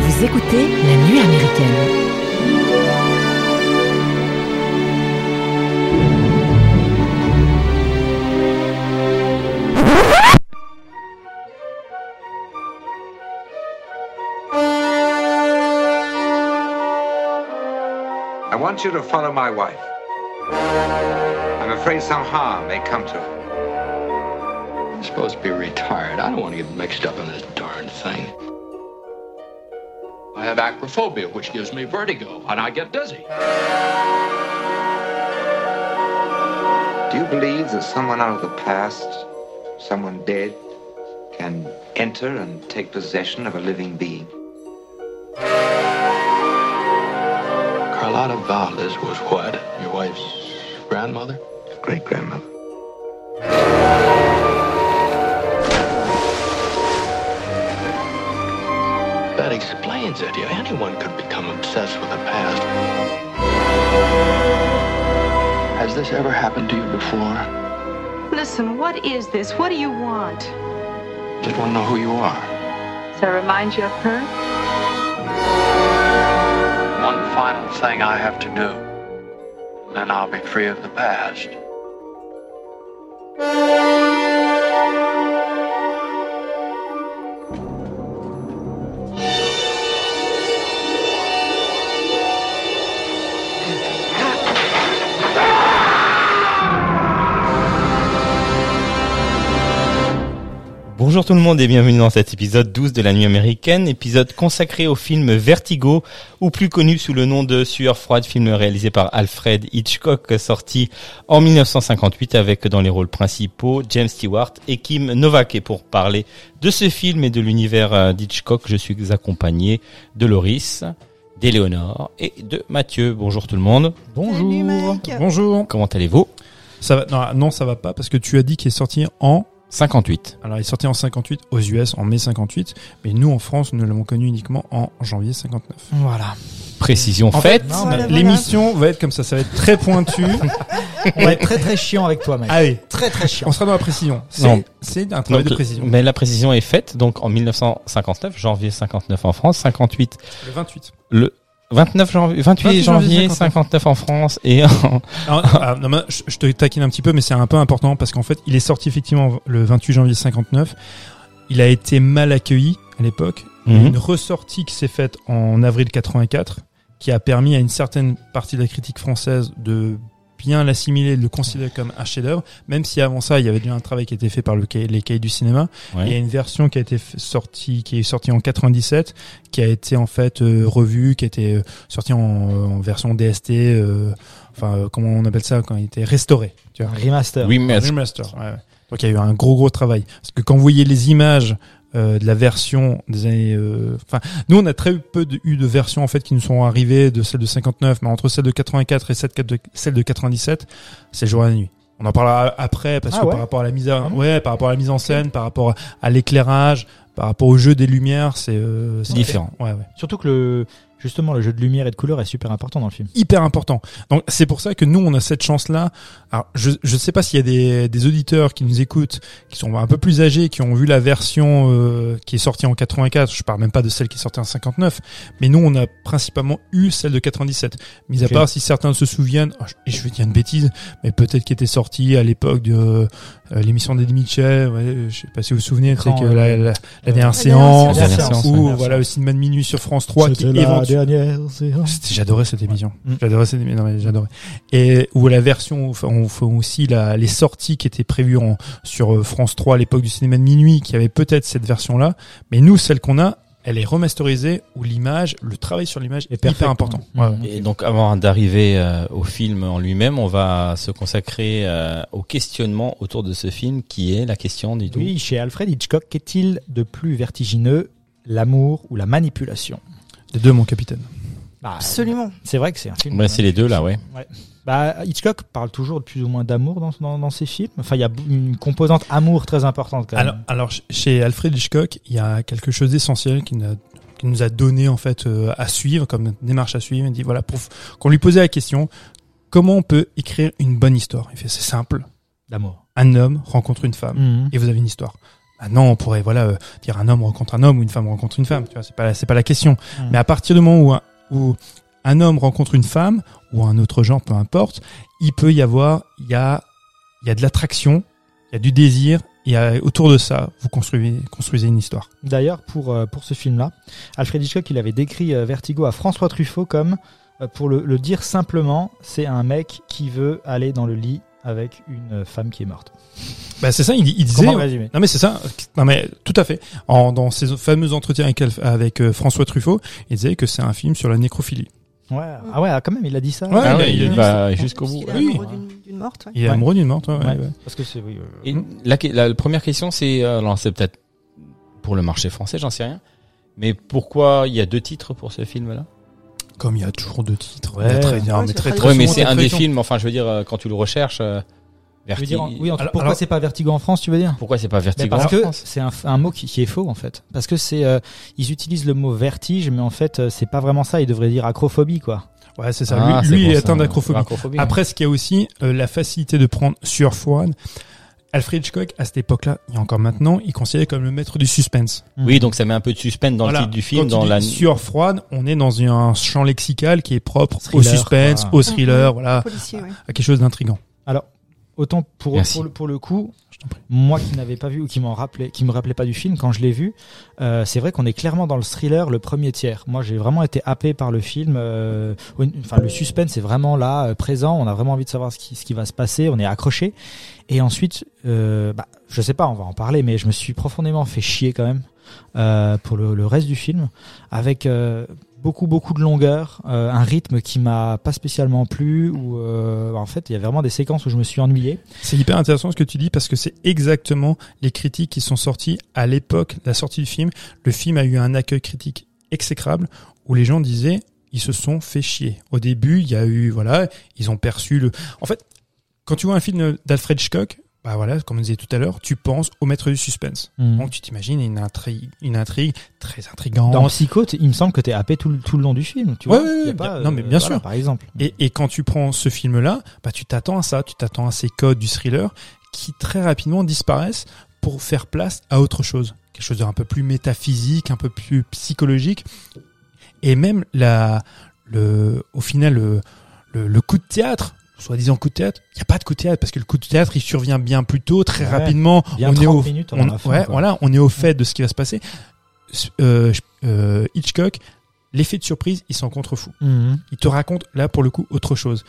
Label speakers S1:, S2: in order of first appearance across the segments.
S1: Vous écoutez La Nuit américaine.
S2: I want you to follow my wife. I'm afraid some harm may come to her.
S3: I'm supposed to be retired. I don't want to get mixed up in this darn thing. I have acrophobia, which gives me vertigo, and I get dizzy.
S2: Do you believe that someone out of the past, someone dead, can enter and take possession of a living being?
S3: Carlotta Valdez was what? Your wife's grandmother?
S2: Great grandmother.
S3: That explains it. Yeah, anyone could become obsessed with the past. Has this ever happened to you before?
S4: Listen, what is this? What do you want?
S3: Just want to know who you are.
S4: Does that remind you of her?
S3: One final thing I have to do. Then I'll be free of the past.
S5: Bonjour tout le monde et bienvenue dans cet épisode 12 de la nuit américaine, épisode consacré au film Vertigo, ou plus connu sous le nom de Sueur froide, film réalisé par Alfred Hitchcock, sorti en 1958 avec dans les rôles principaux James Stewart et Kim Novak. Et pour parler de ce film et de l'univers euh, d'Hitchcock, je suis accompagné de Loris, d'Éléonore et de Mathieu. Bonjour tout le monde.
S6: Bonjour.
S7: Bonjour.
S5: Comment allez-vous
S7: Ça va, non, non, ça va pas parce que tu as dit qu'il est sorti en.
S5: 58.
S7: Alors, il est sorti en 58 aux US en mai 58, mais nous en France, nous l'avons connu uniquement en janvier 59.
S5: Voilà. Précision
S6: En fait,
S5: faite.
S6: non, Voilà,
S7: L'émission va être comme ça, ça va être très pointu.
S6: On va être très très chiant avec toi,
S5: Ah
S6: mec.
S7: Allez,
S6: Très très chiant.
S7: on sera dans la précision.
S5: Non.
S7: C'est c'est un travail
S5: Donc,
S7: de précision.
S5: Mais la précision est faite. Donc en 1959, janvier 59 en France, 58
S7: Le 28.
S5: le 29 janvier, 28 janvier
S7: 28 janvier
S5: 59 en France et en-
S7: Alors, ah, non, mais je, je te taquine un petit peu, mais c'est un peu important parce qu'en fait, il est sorti effectivement le 28 janvier 59. Il a été mal accueilli à l'époque. Il y a
S5: Mhm.
S7: une ressortie qui s'est faite en avril 84, qui a permis à une certaine partie de la critique française de bien l'assimiler, de le considérer comme un chef-d'œuvre, même si avant ça, il y avait déjà un travail qui était fait par le cahier- les cahiers du cinéma.
S5: Ouais.
S7: Il y a une version qui a été f- sortie, qui est sortie en 97, qui a été en fait euh, revue, qui a été euh, sortie en, euh, en version DST, euh, enfin euh, comment on appelle ça quand il était restauré, tu vois.
S6: Un remaster.
S5: Oui, mais
S7: Remaster. ouais, ouais. Donc il y a eu un gros gros travail parce que quand vous voyez les images euh, de la version des années, euh, enfin nous on a très peu de, eu de versions en fait qui nous sont arrivées de celle de 59, mais entre celle de 84 et celle de- celle de 97, c'est jour et la nuit. On en parlera après parce
S6: Ah
S7: que
S6: ouais
S7: par rapport à la mise, en, ouais, par rapport à la mise en scène, par rapport à l'éclairage, par rapport au jeu des lumières, c'est euh, c'est
S5: Ouais. différent.
S7: Ouais, ouais.
S6: Surtout que le, justement, le jeu de lumière et de couleur est super important dans le film.
S7: hyper important. Donc c'est pour ça que nous on a cette chance là. Alors je je sais pas s'il y a des des auditeurs qui nous écoutent qui sont un peu plus âgés qui ont vu la version euh, qui est sortie en 84, je parle même pas de celle qui est sortie en 59, mais nous on a principalement eu celle de 97. Mis
S6: Ok.
S7: à part si certains se souviennent, oh, je- et je vais dire une bêtise, mais peut-être qui était sortie à l'époque de euh, euh, l'émission d'Eddie Mitchell, ouais, euh, je sais pas si vous vous souvenez,
S6: Écran,
S7: c'est que la, la,
S6: euh,
S7: la dernière
S5: la
S7: séance,
S5: dernière séance, la
S7: ou
S6: dernière
S7: voilà le
S6: séance.
S7: cinéma de minuit sur France 3 qui éventuellement
S6: dernière
S7: c'était- J'adorais cette émission.
S6: Mm.
S7: J'adorais cette émission. Non, mais j'adorais. Et où la version, enfin, on fait aussi la, les sorties qui étaient prévues en, sur euh, France 3 à l'époque du cinéma de minuit, qui avait peut-être cette version-là. Mais nous, celle qu'on a, elle est remasterisée où l'image, le travail sur l'image est hyper important. Ouais, ouais.
S5: Et donc avant d'arriver euh, au film en lui-même, on va se consacrer euh, au questionnement autour de ce film qui est la question du doute.
S6: Oui, chez Alfred Hitchcock, qu'est-il de plus vertigineux, l'amour ou la manipulation
S7: Les deux, mon capitaine.
S6: Bah,
S8: Absolument.
S6: C'est vrai que c'est un film.
S5: Ouais, c'est les deux là, ouais.
S6: Bah, Hitchcock parle toujours de plus ou moins d'amour dans, dans, dans ses films. Enfin, il y a une composante amour très importante quand même.
S7: Alors, alors, ch- chez Alfred Hitchcock, il y a quelque chose d'essentiel qui nous a, qui nous a donné en fait euh, à suivre comme démarche à suivre. Il dit voilà, pour qu'on lui posait la question, comment on peut écrire une bonne histoire Il fait c'est simple.
S6: d'amour.
S7: Un homme rencontre une femme.
S6: Mhm.
S7: et vous avez une histoire. Maintenant, on pourrait voilà euh, dire un homme rencontre un homme ou une femme rencontre une femme. Tu vois, c'est pas c'est pas la question.
S6: Mm.
S7: Mais à partir du moment où un, où un homme rencontre une femme ou un autre genre, peu importe, il peut y avoir il y a il y a de l'attraction, il y a du désir et euh, autour de ça, vous construisez construisez une histoire.
S6: D'ailleurs, pour, euh, pour ce film-là, Alfred Hitchcock, il avait décrit euh, Vertigo à François Truffaut comme, euh, pour le, le dire simplement, c'est un mec qui veut aller dans le lit avec une euh, femme qui est morte.
S7: Bah c'est ça, il, il disait.
S6: Comment résumer
S7: Non mais c'est ça. Non mais tout à fait. En, dans ses fameux entretiens avec, Alf- avec euh, François Truffaut, il disait que c'est un film sur la nécrophilie.
S6: ouais, Ah ouais, ah, quand même, il a dit ça.
S7: Ouais,
S5: Ah
S7: il a-
S5: ouais,
S7: il a
S5: il
S7: dit
S5: va
S7: ça.
S5: jusqu'au bout.
S8: Il est
S7: Oui.
S8: amoureux d'une- d'une morte. ouais.
S7: Il est
S6: Ouais.
S7: amoureux d'une morte. ouais,
S6: Ouais,
S7: ouais.
S6: Parce que c'est... oui, euh,
S5: Et la, que- la première question, c'est, euh, alors c'est peut-être pour le marché français, j'en sais rien, mais pourquoi il y a deux titres pour ce film-là
S7: Comme il y a toujours deux titres.
S6: Ouais.
S7: il y a très, non,
S8: Ouais,
S7: mais
S8: c'est
S7: très,
S8: très
S7: très
S5: Oui, mais
S7: souvent
S5: c'est
S7: des
S5: un des
S7: traductions.
S5: films, enfin je veux dire, euh, quand tu le recherches, euh,
S6: je veux
S5: Vertigo-
S6: dire, en- oui, en-
S7: Alors-
S6: pourquoi
S7: alors-
S6: c'est pas Vertigo en France, tu veux dire
S5: pourquoi c'est pas
S6: Mais
S5: Vertigo
S6: parce
S5: en
S6: que
S5: France
S6: c'est un, un mot qui, qui est faux en fait. Parce que c'est euh, ils utilisent le mot vertige, mais en fait euh, c'est pas vraiment ça. Ils devraient dire acrophobie quoi.
S7: Ouais, c'est ça.
S5: Ah,
S7: lui,
S5: c'est
S7: lui,
S5: pour
S7: il est
S5: ça,
S7: atteint d'acrophobie.
S5: l'acrophobie.
S7: Après, ce qu'il y a aussi, euh, la facilité de prendre sur froide. Alfred Hitchcock, à cette époque-là, et encore maintenant, il est considéré comme le maître du suspense.
S5: Oui, donc ça met un peu de suspense dans
S7: Voilà.
S5: le titre du film,
S7: Quand
S5: dans
S7: il
S5: la
S7: dit sueur froide, on est dans un champ lexical qui est propre au
S6: Thriller,
S7: suspense,
S6: quoi.
S7: au
S5: Mm-hmm.
S7: thriller,
S8: Mhm.
S7: voilà,
S8: Policier, ouais.
S7: à quelque chose d'intrigant.
S6: Autant pour,
S5: Merci.
S6: pour, le- pour le coup,
S7: Je t'en prie.
S6: moi qui n'avais pas vu ou qui m'en rappelait, qui me rappelait pas du film quand je l'ai vu, euh, c'est vrai qu'on est clairement dans le thriller le premier tiers. Moi j'ai vraiment été happé par le film. euh, une- Enfin le suspense est vraiment là, euh, présent. On a vraiment envie de savoir ce qui, ce qui va se passer. On est accroché. Et ensuite, euh, bah, je sais pas, on va en parler, mais je me suis profondément fait chier quand même euh, pour le, le reste du film avec. euh, Beaucoup beaucoup de longueur, euh, un rythme qui m'a pas spécialement plu. Ou euh, en fait, il y a vraiment des séquences où je me suis ennuyé.
S7: C'est hyper intéressant ce que tu dis parce que c'est exactement les critiques qui sont sorties à l'époque de la sortie du film. Le film a eu un accueil critique exécrable où les gens disaient ils se sont fait chier. Au début, il y a eu voilà, ils ont perçu le. En fait, quand tu vois un film d'Alfred Hitchcock, bah voilà, comme on disait tout à l'heure, tu penses au maître du suspense.
S6: Hmm.
S7: Donc tu t'imagines une intrigue, une intrigue très intrigante.
S6: Dans Psycho, t- il me semble que t'es happé tout, le- tout le long du film, tu
S7: Ouais,
S6: vois.
S7: ouais,
S6: Y a
S7: ouais,
S6: pas, euh,
S7: bien- non, mais bien
S6: voilà,
S7: sûr.
S6: Par exemple.
S7: Et, et quand tu prends ce film-là, bah, tu t'attends à ça, tu t'attends à ces codes du thriller qui très rapidement disparaissent pour faire place à autre chose. Quelque chose d'un peu plus métaphysique, un peu plus psychologique. Et même la, le, au final, le, le, le coup de théâtre, soi-disant coup de théâtre, il n'y a pas de coup de théâtre parce que le coup de théâtre, il survient bien plus tôt, très
S6: Ouais,
S7: rapidement.
S6: bien
S7: on est
S6: 30
S7: au,
S6: minutes avant
S7: on,
S6: la fin,
S7: ouais,
S6: quoi.
S7: voilà, on est au fait de ce qui va se passer. S- euh, euh, Hitchcock, l'effet de surprise, il s'en contrefou.
S6: Hmm.
S7: Il te raconte là pour le coup autre chose.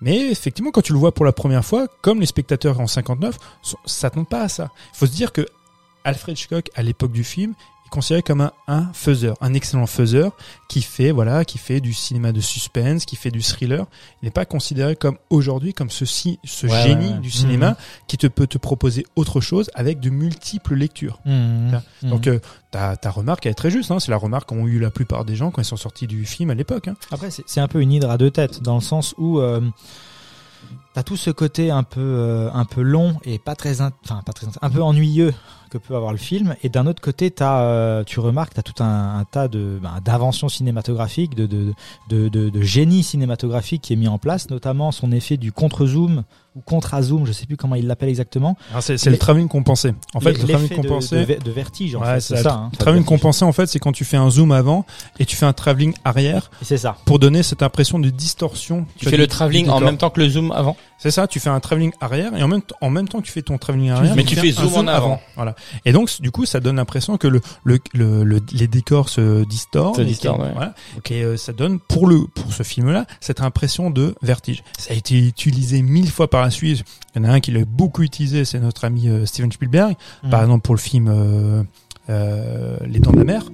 S7: Mais effectivement, quand tu le vois pour la première fois, comme les spectateurs en 59, so- s'attendent pas à ça. Il faut se dire que Alfred Hitchcock, à l'époque du film, est considéré comme un, un faiseur, un excellent faiseur qui fait voilà, qui fait du cinéma de suspense, qui fait du thriller. Il n'est pas considéré comme aujourd'hui comme ceci, ce
S6: Ouais,
S7: génie
S6: ouais, Mhm. ouais.
S7: du cinéma qui te peut te proposer autre chose avec de multiples lectures.
S6: Mhm.
S7: Donc
S6: Mhm.
S7: euh, ta, ta remarque elle est très juste, hein. c'est la remarque qu'ont eu la plupart des gens quand ils sont sortis du film à l'époque. hein.
S6: Après, c'est c'est un peu une hydre à deux têtes, dans le sens où euh, t'as tout ce côté un peu, euh, un peu long et pas très, in- enfin pas très, in- un peu ennuyeux que peut avoir le film, et d'un autre côté, t'as, euh, tu remarques, t'as tout un, un tas de ben, d'inventions cinématographiques, de de, de, de de génie cinématographique qui est mis en place, notamment son effet du contre-zoom ou contra-zoom, je sais plus comment il l'appelle exactement.
S7: Alors, Ah, C'est c'est le
S6: Les-
S7: travelling compensé. En fait, le
S6: L'e-
S7: travelling
S6: l'effet de-
S7: compensé,
S6: de, ve- de vertige, en
S7: Ouais,
S6: fait,
S7: c'est
S6: c'est
S7: la
S6: ça. hein.
S7: le travelling compensé en fait, c'est quand tu fais un zoom avant et tu fais un travelling arrière
S6: C'est ça.
S7: pour donner cette impression de distorsion.
S5: Tu fais le
S7: du-
S5: travelling
S7: du
S5: en
S7: décor.
S5: même temps que le zoom avant
S7: C'est ça, tu fais un travelling arrière et en même, t- en même temps que tu fais ton travelling arrière,
S5: Mais tu fais
S7: un
S5: zoom en avant.
S7: Voilà. Et donc c- du coup, ça donne l'impression que le, le, le- le- les décors se distordent.
S5: Se
S7: et
S5: distordent,
S7: que-
S5: ouais.
S7: voilà. Et euh, ça donne pour le pour ce film-là cette impression de vertige. Ça a été utilisé mille fois par la suite. Il y en a un qui l'a beaucoup utilisé, c'est notre ami euh, Steven Spielberg,
S5: Mm.
S6: Mhm.
S7: par exemple pour le film euh, euh, Les Dents de la Mer.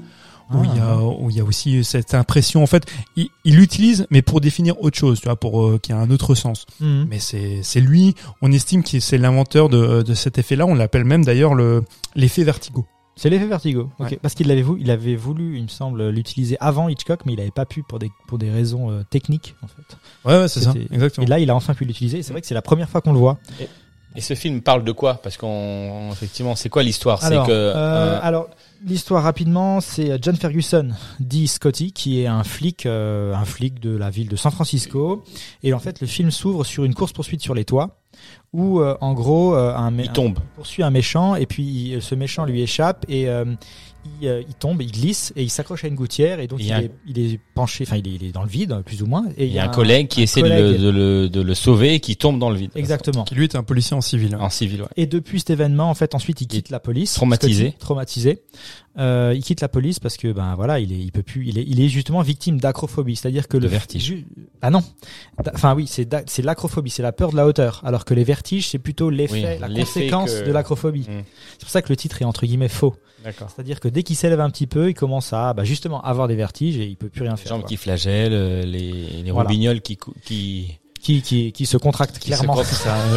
S7: Où,
S6: Ah,
S7: il y a, où il y a aussi cette impression, en fait, il il l'utilise, mais pour définir autre chose, tu vois, pour euh, qu'il y ait un autre sens.
S6: Mhm.
S7: Mais c'est c'est lui, on estime que c'est l'inventeur de, de cet effet-là, on l'appelle même d'ailleurs le l'effet vertigo.
S6: C'est l'effet vertigo. ok.
S7: Ouais.
S6: Parce qu'il l'avait voulu, il avait voulu, il me semble, l'utiliser avant Hitchcock, mais il n'avait pas pu pour des, pour des raisons euh, techniques, en fait.
S7: Ouais, ouais c'est ça,
S6: C'était-
S7: exactement.
S6: Et là, il a enfin pu l'utiliser. et C'est vrai que c'est la première fois qu'on le voit.
S5: Et ce film parle de quoi Parce qu'on effectivement, c'est quoi l'histoire C'est
S6: Alors,
S5: que
S6: euh,
S5: euh,
S6: alors, l'histoire rapidement, c'est euh, John Ferguson, dit Scotty, qui est un flic, euh, un flic de la ville de San Francisco. Et en fait, le film s'ouvre sur une course poursuite sur les toits, où euh, en gros euh, un, mé-
S5: Il tombe.
S6: un- poursuit un méchant et puis il- euh, ce méchant lui échappe et euh, il, euh, il tombe, il glisse et il s'accroche à une gouttière et donc
S5: Il
S6: il,
S5: y a un-
S6: est, il est penché, enfin il est, il est dans le vide plus ou moins. Et
S5: Il y a un collègue qui essaie de le-
S6: collègue.
S5: De, le, de le sauver et qui tombe dans le vide.
S6: Exactement.
S7: Qui lui était un policier en civil.
S5: En civil, ouais.
S6: Et depuis cet événement, en fait, ensuite, il
S5: Il est
S6: quitte la police.
S5: traumatisé.
S6: Parce que- Traumatisé. Euh, il quitte la police parce que, ben voilà, il est, il peut plus, il est, il est justement victime d'acrophobie, c'est-à-dire que
S5: De
S6: le
S5: vertige.
S6: ju- Ah non. Da- Enfin oui, c'est da- c'est l'acrophobie, c'est la peur de la hauteur. Alors que les vertiges, c'est plutôt l'effet,
S5: Oui,
S6: la
S5: l'effet
S6: conséquence
S5: que-
S6: de l'acrophobie.
S5: Mm.
S6: C'est pour ça que le titre est entre guillemets faux.
S5: D'accord.
S6: C'est-à-dire que dès qu'il s'élève un petit peu, il commence à, bah, justement, avoir des vertiges et il peut plus rien
S5: Les
S6: faire.
S5: jambes
S6: quoi.
S5: qui flagellent, euh, les, les
S6: Voilà.
S5: robignoles qui, cou- qui,
S6: Qui, qui, qui se contracte
S5: qui
S6: clairement. hein.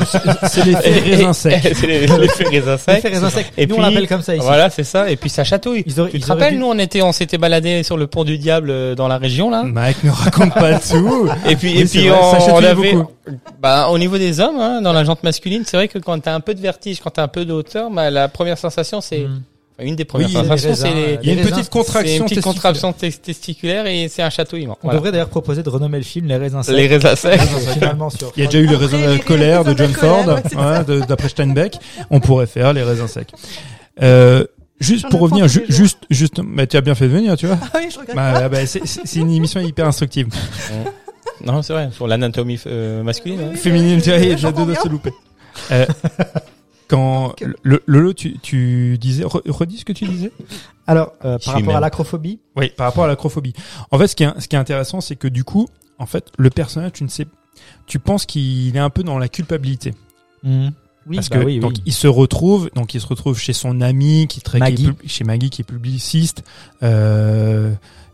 S5: se croquent, ça.
S7: C'est l'effet raisin sec.
S5: C'est les, les faits raisins secs.
S6: L'effet raisin sec.
S5: Et
S6: Nous, on
S5: puis-
S6: l'appelle comme ça ici.
S5: Voilà, c'est ça. Et puis ça chatouille.
S6: Ils auraient-
S5: tu te
S6: ils auraient
S5: rappelles,
S6: dû-
S5: nous, on était, on s'était baladé sur le pont du diable euh, dans la région là.
S7: Mike ne raconte pas tout.
S5: Et puis,
S7: Eh, hein. Mm. Oui,
S5: et
S7: c'est
S5: puis
S7: vrai,
S5: on,
S7: ça chatouille
S5: on avait,
S7: beaucoup.
S5: bah, au niveau des hommes, hein, dans la jante masculine, c'est vrai que quand t'as un peu de vertige, quand t'as un peu de hauteur, bah, la première sensation, c'est
S6: Mm.
S5: enfin, une des premières
S6: Oui, les
S5: sensations,
S6: raisins,
S5: c'est les,
S6: euh,
S7: Il y a une
S6: raisins,
S7: petite
S5: c'est une
S7: contraction.
S5: petite
S7: testiculaire.
S5: contraction tes- testiculaire et c'est un chatouillement.
S6: On
S5: Voilà.
S6: devrait d'ailleurs proposer de renommer le film Les raisins secs.
S5: Les raisins secs.
S6: Parce que finalement, sur
S7: Il y a déjà eu le raisin de
S8: les
S7: la
S8: raisins
S7: colère de
S8: de la
S7: John
S8: colère,
S7: Ford,
S8: ouais, c'est
S7: hein, de- d'après Steinbeck. On pourrait faire les raisins secs. Euh, juste
S8: J'en
S7: pour
S8: apprends
S7: revenir,
S8: tous
S7: ju-
S8: les jours.
S7: juste, juste, bah, tu as bien fait de venir, tu vois.
S8: Ah oui, je regarde.
S7: Bah, bah, c'est- c'est c'est une émission hyper instructive.
S5: Non, c'est vrai. Sur l'anatomie euh, masculine. hein.
S7: Féminine, tu vois, il y a
S8: J'en
S7: déjà deux doigts
S8: conviens.
S7: se louper. Euh, quand le, Lolo, tu, tu disais, re- redis ce que tu disais.
S6: Alors, euh,
S5: Je
S6: par
S5: suis
S6: rapport à
S5: même.
S6: l'acrophobie,
S7: Oui, par rapport à l'acrophobie. En fait, ce qui est, ce qui est intéressant, c'est que du coup, en fait, le personnage, tu ne sais, tu penses qu'il est un peu dans la culpabilité.
S5: Hmm.
S6: oui,
S7: parce
S6: bah
S7: que
S6: oui,
S7: donc
S6: oui.
S7: il se retrouve, donc il se retrouve chez son ami qui, tra- qui est
S6: Maggie.
S7: pub- chez Maggie qui est publiciste. euh,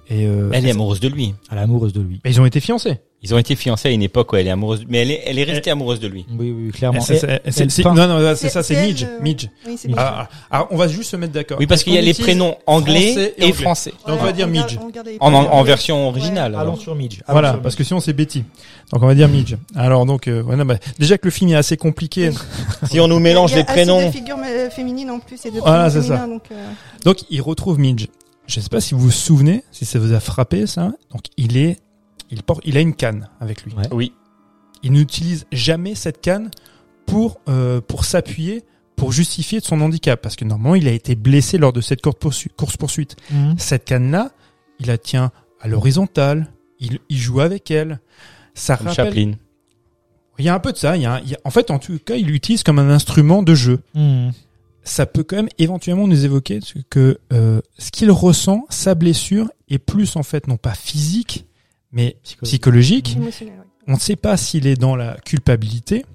S7: et euh,
S5: Elle est amoureuse de lui.
S6: elle est amoureuse de lui.
S7: mais ils ont été fiancés.
S5: Ils ont été fiancés à une époque où elle est amoureuse, mais elle est, elle est restée amoureuse de lui.
S6: Oui, oui, clairement.
S5: Eh,
S7: C'est-
S6: Et-
S7: c'est- c'est- c'est-
S6: peint.
S7: non, non, c'est ça, c'est
S8: elle,
S7: Midge.
S8: euh,
S7: Midge.
S8: Oui, c'est
S6: Midge.
S8: Midge.
S7: Ah, ah, ah, on va juste se mettre d'accord.
S5: Oui, parce
S7: Est-ce
S5: qu'il y a
S7: qu'on
S5: les
S7: utilise-
S5: prénoms anglais
S7: français et
S5: et
S7: anglais.
S5: français.
S7: Donc, on va dire Midge.
S5: En, en, en version originale. alors.
S6: Allons sur Midge. Allons
S7: Voilà,
S6: sur
S7: parce que sinon c'est Betty. Donc on va dire Midge. Alors donc euh, ouais, non, bah, déjà que le film est assez compliqué.
S5: Si on nous mélange les prénoms,
S8: Des figures euh, féminines en plus et de
S7: Voilà,
S8: voilà,
S7: c'est ça.
S8: féminins, donc euh,
S7: Donc il retrouve Midge. Je sais pas si vous vous souvenez, si ça vous a frappé ça. Donc il est, il porte, il a une canne avec lui.
S6: Ouais.
S5: oui,
S7: Il n'utilise jamais cette canne pour euh, pour s'appuyer, pour justifier de son handicap, parce que normalement il a été blessé lors de cette course poursuite.
S6: Midge. Mhm.
S7: Cette canne là, il la tient à l'horizontale. Il, il joue avec elle. Ça
S5: comme
S7: rappelle.
S5: Chaplin.
S7: Il y a un peu de ça. Il y a un- il y a- en fait, en tout cas, il l'utilise comme un instrument de jeu.
S5: Hmm.
S6: Mhm.
S7: ça peut quand même éventuellement nous évoquer ce que euh, ce qu'il ressent, sa blessure est plus en fait non pas physique mais
S6: Psychologique.
S7: psychologique.
S8: émotionnelles. ouais.
S7: On ne sait pas s'il est dans la culpabilité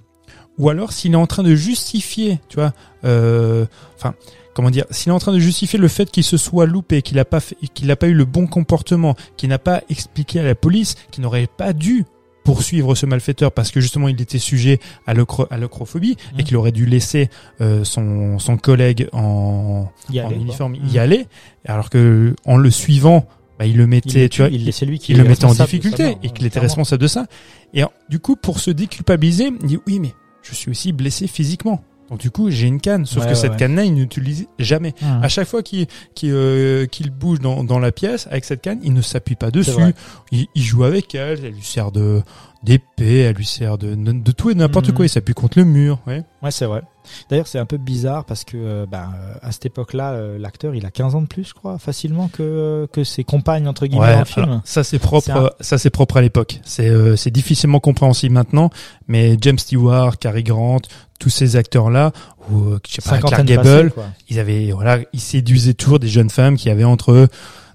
S7: ou alors s'il est en train de justifier, tu vois, euh, enfin comment dire, s'il est en train de justifier le fait qu'il se soit loupé, qu'il n'a pas fait- qu'il n'a pas eu le bon comportement, qu'il n'a pas expliqué à la police, qu'il n'aurait pas dû poursuivre ce malfaiteur parce que justement il était sujet à l'ocro- à l'ocrophobie
S6: Mhm.
S7: et qu'il aurait dû laisser euh, son, son collègue en,
S6: Il y a
S7: en
S6: les-
S7: uniforme
S6: Mhm.
S7: y aller, alors que en le suivant, bah, il le
S6: Il
S7: mettait,
S6: le
S7: tu vois,
S6: tue, il- c'est lui qui
S7: il
S6: est
S7: le mettait en
S6: responsable de
S7: difficulté
S6: savoir,
S7: et qu'il était
S6: clairement.
S7: responsable de ça. Et en- du coup, pour se déculpabiliser, il dit oui, mais je suis aussi blessé physiquement. Donc du coup, j'ai une canne, sauf
S6: Ouais,
S7: que
S6: ouais,
S7: cette
S6: ouais.
S7: canne-là, il n'utilise jamais.
S6: Mhm.
S7: À chaque fois qu'il qu'il, euh, qu'il bouge dans, dans la pièce avec cette canne, il ne s'appuie pas dessus.
S6: vrai.
S7: Il, il joue avec elle, elle lui sert de d'épée, elle lui sert de, de tout et de n'importe
S6: Mhm.
S7: quoi. Il s'appuie contre le mur. Ouais.
S6: Ouais, c'est vrai. D'ailleurs, c'est un peu bizarre parce que euh, ben, euh, à cette époque-là, euh, l'acteur, il a 15 ans de plus, je crois, facilement que, euh, que ses compagnes, entre guillemets,
S7: Ouais,
S6: dans le film.
S7: alors, ça c'est
S6: C'est
S7: propre,
S6: un-
S7: euh, ça c'est propre à l'époque. C'est euh, c'est difficilement compréhensible maintenant, mais James Stewart, Cary Grant, tous ces acteurs là, ou euh, je sais pas, Clark
S6: Cinquantaine
S7: Gable,
S6: passée, quoi.
S7: ils avaient voilà, ils séduisaient toujours des jeunes femmes qui avaient entre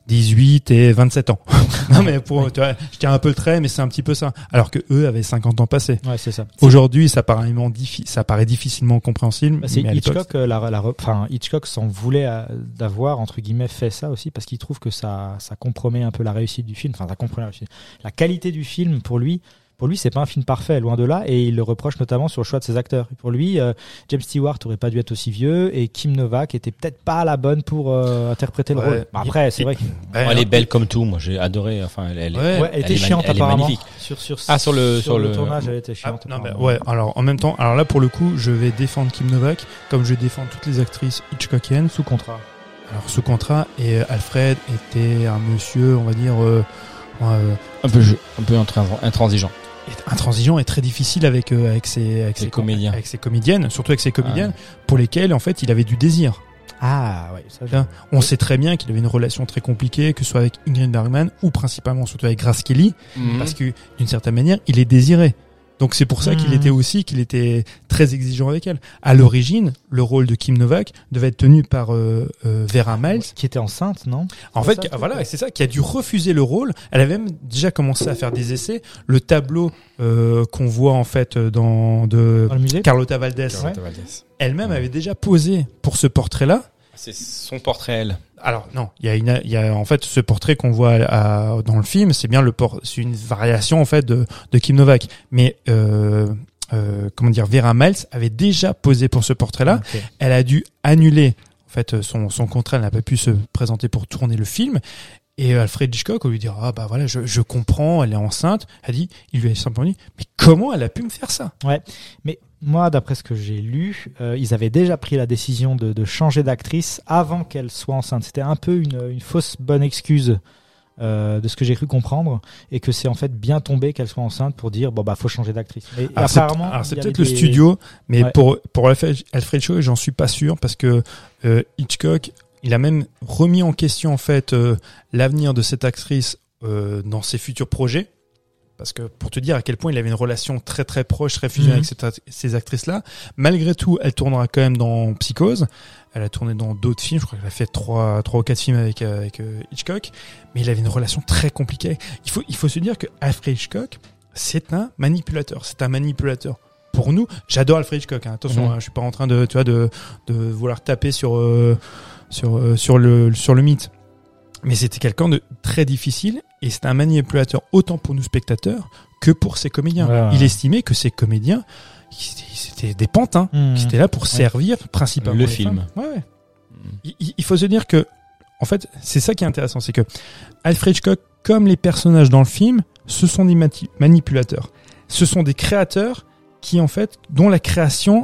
S7: 18 et 27 ans. non mais pour, tu vois, je tiens un peu le trait, mais c'est un petit peu ça. Alors que eux avaient 50 ans passés.
S6: Ouais, c'est ça.
S7: Aujourd'hui, ça paraît, vraiment diffi- ça paraît difficilement compréhensible.
S6: Bah, c'est
S7: mais à l'époque,
S6: Hitchcock, euh, la, la, enfin, Hitchcock s'en voulait à- d'avoir, entre guillemets, fait ça aussi parce qu'il trouve que ça, ça compromet un peu la réussite du film. Enfin, ça compromet la réussite. La qualité du film, pour lui, pour lui, c'est pas un film parfait, loin de là, et il le reproche notamment sur le choix de ses acteurs. Pour lui, euh, James Stewart aurait pas dû être aussi vieux et Kim Novak était peut-être pas la bonne pour euh, interpréter le
S7: Ouais.
S6: rôle. Bah, après, c'est
S7: Et-
S6: vrai que
S7: ouais,
S5: Oh,
S7: hein.
S5: elle est belle comme tout. Moi, j'ai adoré. Enfin, elle, elle-
S7: Ouais.
S6: Ouais, elle
S5: elle
S6: était
S5: est
S6: chiante
S5: mani- elle est
S6: apparemment.
S5: magnifique.
S6: Sur, sur,
S5: Ah, sur le- sur le-
S6: tournage, elle était chiante.
S7: Ah, non, mais
S6: apparemment.
S7: ouais, alors en même temps, alors là pour le coup, je vais défendre Kim Novak comme je défends toutes les actrices Hitchcockiennes.
S6: Sous contrat.
S7: Alors sous contrat, et euh, Alfred était un monsieur, on va dire, euh, euh,
S5: Un peu, jeu- un peu intransi- intransigeant.
S7: est intransigeant et très difficile avec, euh, avec ses, avec
S5: Les
S7: ses-
S5: comédiens. Ah.
S7: avec ses comédiennes, surtout avec ses comédiennes, pour lesquelles en fait il avait du désir.
S6: Ah ouais, ça je...
S7: Hein, on sait très bien qu'il avait une relation très compliquée, que ce soit avec Ingrid Bergman ou principalement surtout avec Grace Kelly,
S6: Mhm.
S7: parce que d'une certaine manière, il est désiré. Donc c'est pour ça qu'il
S6: Mhm.
S7: était aussi qu'il était très exigeant avec elle. À l'origine, le rôle de Kim Novak devait être tenu par euh, euh, Vera Miles.
S6: qui était enceinte, non
S7: En
S6: C'est
S7: fait,
S6: ça,
S7: qui-
S6: c'est
S7: voilà,
S6: ça.
S7: c'est ça qui a dû refuser le rôle. Elle avait même déjà commencé à faire des essais. Le tableau euh, qu'on voit en fait dans
S5: Euh,
S7: de
S6: Dans le musée
S7: Carlota Valdez,
S6: Carlota
S7: elle-même avait déjà posé pour ce portrait-là.
S5: C'est son portrait, elle.
S7: Alors non, il y a une, il y a en fait ce portrait qu'on voit à- dans le film, c'est bien le port, c'est une variation en fait de, de Kim Novak. Mais euh, euh, comment dire, Vera Miles avait déjà posé pour ce portrait-là.
S6: Ok.
S7: Elle a dû annuler en fait son, son contrat, elle n'a pas pu se présenter pour tourner le film. Et Alfred Hitchcock, on lui dit ah bah voilà, je, je comprends, elle est enceinte. Elle dit, il lui a simplement dit, mais comment elle a pu me faire ça
S6: Mais moi, d'après ce que j'ai lu, euh, ils avaient déjà pris la décision de, de changer d'actrice avant qu'elle soit enceinte. C'était un peu une, une fausse bonne excuse euh, de ce que j'ai cru comprendre, et que c'est en fait bien tombé qu'elle soit enceinte pour dire bon bah faut changer d'actrice. Mais
S7: Alors, c'est-
S6: apparemment,
S7: alors, c'est
S6: il y
S7: peut-être
S6: avait
S7: le
S6: des-
S7: studio, mais
S6: Ouais.
S7: pour pour Alfred Alfred Hitchcock, j'en suis pas sûr parce que euh, Hitchcock, il a même remis en question en fait euh, l'avenir de cette actrice euh, dans ses futurs projets. Parce que pour te dire à quel point il avait une relation très très proche, très fusionnée
S6: Mhm.
S7: avec cette act- ces actrices-là, malgré tout, elle tournera quand même dans Psychose. Elle a tourné dans d'autres films, je crois qu'elle a fait trois trois ou quatre films avec euh, avec euh, Hitchcock, mais il avait une relation très compliquée. Il faut il faut se dire que Alfred Hitchcock, c'est un manipulateur, c'est un manipulateur. Pour nous, j'adore Alfred Hitchcock. hein. Attention,
S5: Mhm.
S7: hein, je suis pas en train de tu vois de de vouloir taper sur euh, sur euh, sur le sur le mythe. Mais c'était quelqu'un de très difficile et c'était un manipulateur autant pour nous spectateurs que pour ses comédiens.
S6: Ouais, ouais,
S7: Il
S6: ouais.
S7: estimait que ses comédiens c'était c'était des pantins
S6: Mhm.
S7: qui étaient là pour servir principalement
S5: Le
S7: les
S5: film.
S7: femmes. Ouais, ouais.
S6: Mmh.
S7: Il- Il, il faut se dire que en fait, c'est ça qui est intéressant, c'est que Alfred Hitchcock, comme les personnages dans le film, ce sont des mati- manipulateurs. Ce sont des créateurs qui, en fait, dont la création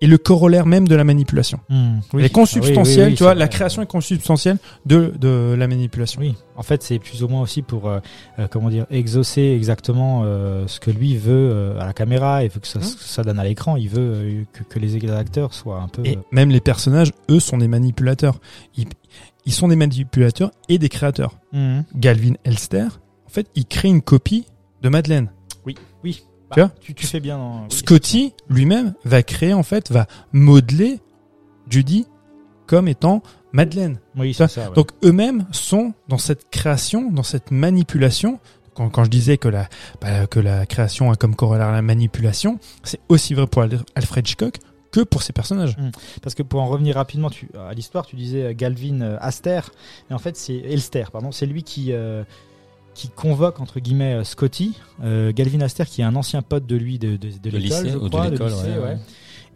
S7: est le corollaire même de la manipulation.
S6: Hmm, oui.
S7: Elle est consubstantielle,
S6: Ah oui, oui, oui,
S7: tu vois,
S6: c'est
S7: la
S6: vrai.
S7: création est consubstantielle de, de la manipulation.
S6: Oui, en fait, c'est plus ou moins aussi pour euh, euh, comment dire exaucer exactement euh, ce que lui veut euh, à la caméra et veut que ça,
S7: Mhm.
S6: ça donne à l'écran. Il veut euh, que, que les acteurs soient un peu.
S7: Et même les personnages, eux, sont des manipulateurs. Ils, ils sont des manipulateurs et des créateurs.
S6: Mhm.
S7: Galvin Elster, en fait, il crée une copie de Madeleine.
S6: Bah,
S7: Tu vois
S6: tu, tu fais bien. dans- oui.
S7: Scotty lui-même va créer, en fait, va modeler Judy comme étant Madeleine.
S6: Oui, c'est ça. ouais.
S7: Donc eux-mêmes sont dans cette création, dans cette manipulation. Quand, quand je disais que la, bah, que la création a comme corollaire la manipulation, c'est aussi vrai pour Al- Alfred Hitchcock que pour ses personnages.
S6: Parce que pour en revenir rapidement tu, à l'histoire, tu disais euh, Galvin euh, Aster, et en fait c'est Elster, pardon, c'est lui qui euh, qui convoque entre guillemets euh, Scotty, euh, Galvin Aster qui est un ancien pote de lui de, de, de
S5: Le
S6: l'école,
S5: lycée,
S6: je
S5: ou de
S6: crois,
S5: l'école,
S6: lycée,
S5: ouais, ouais.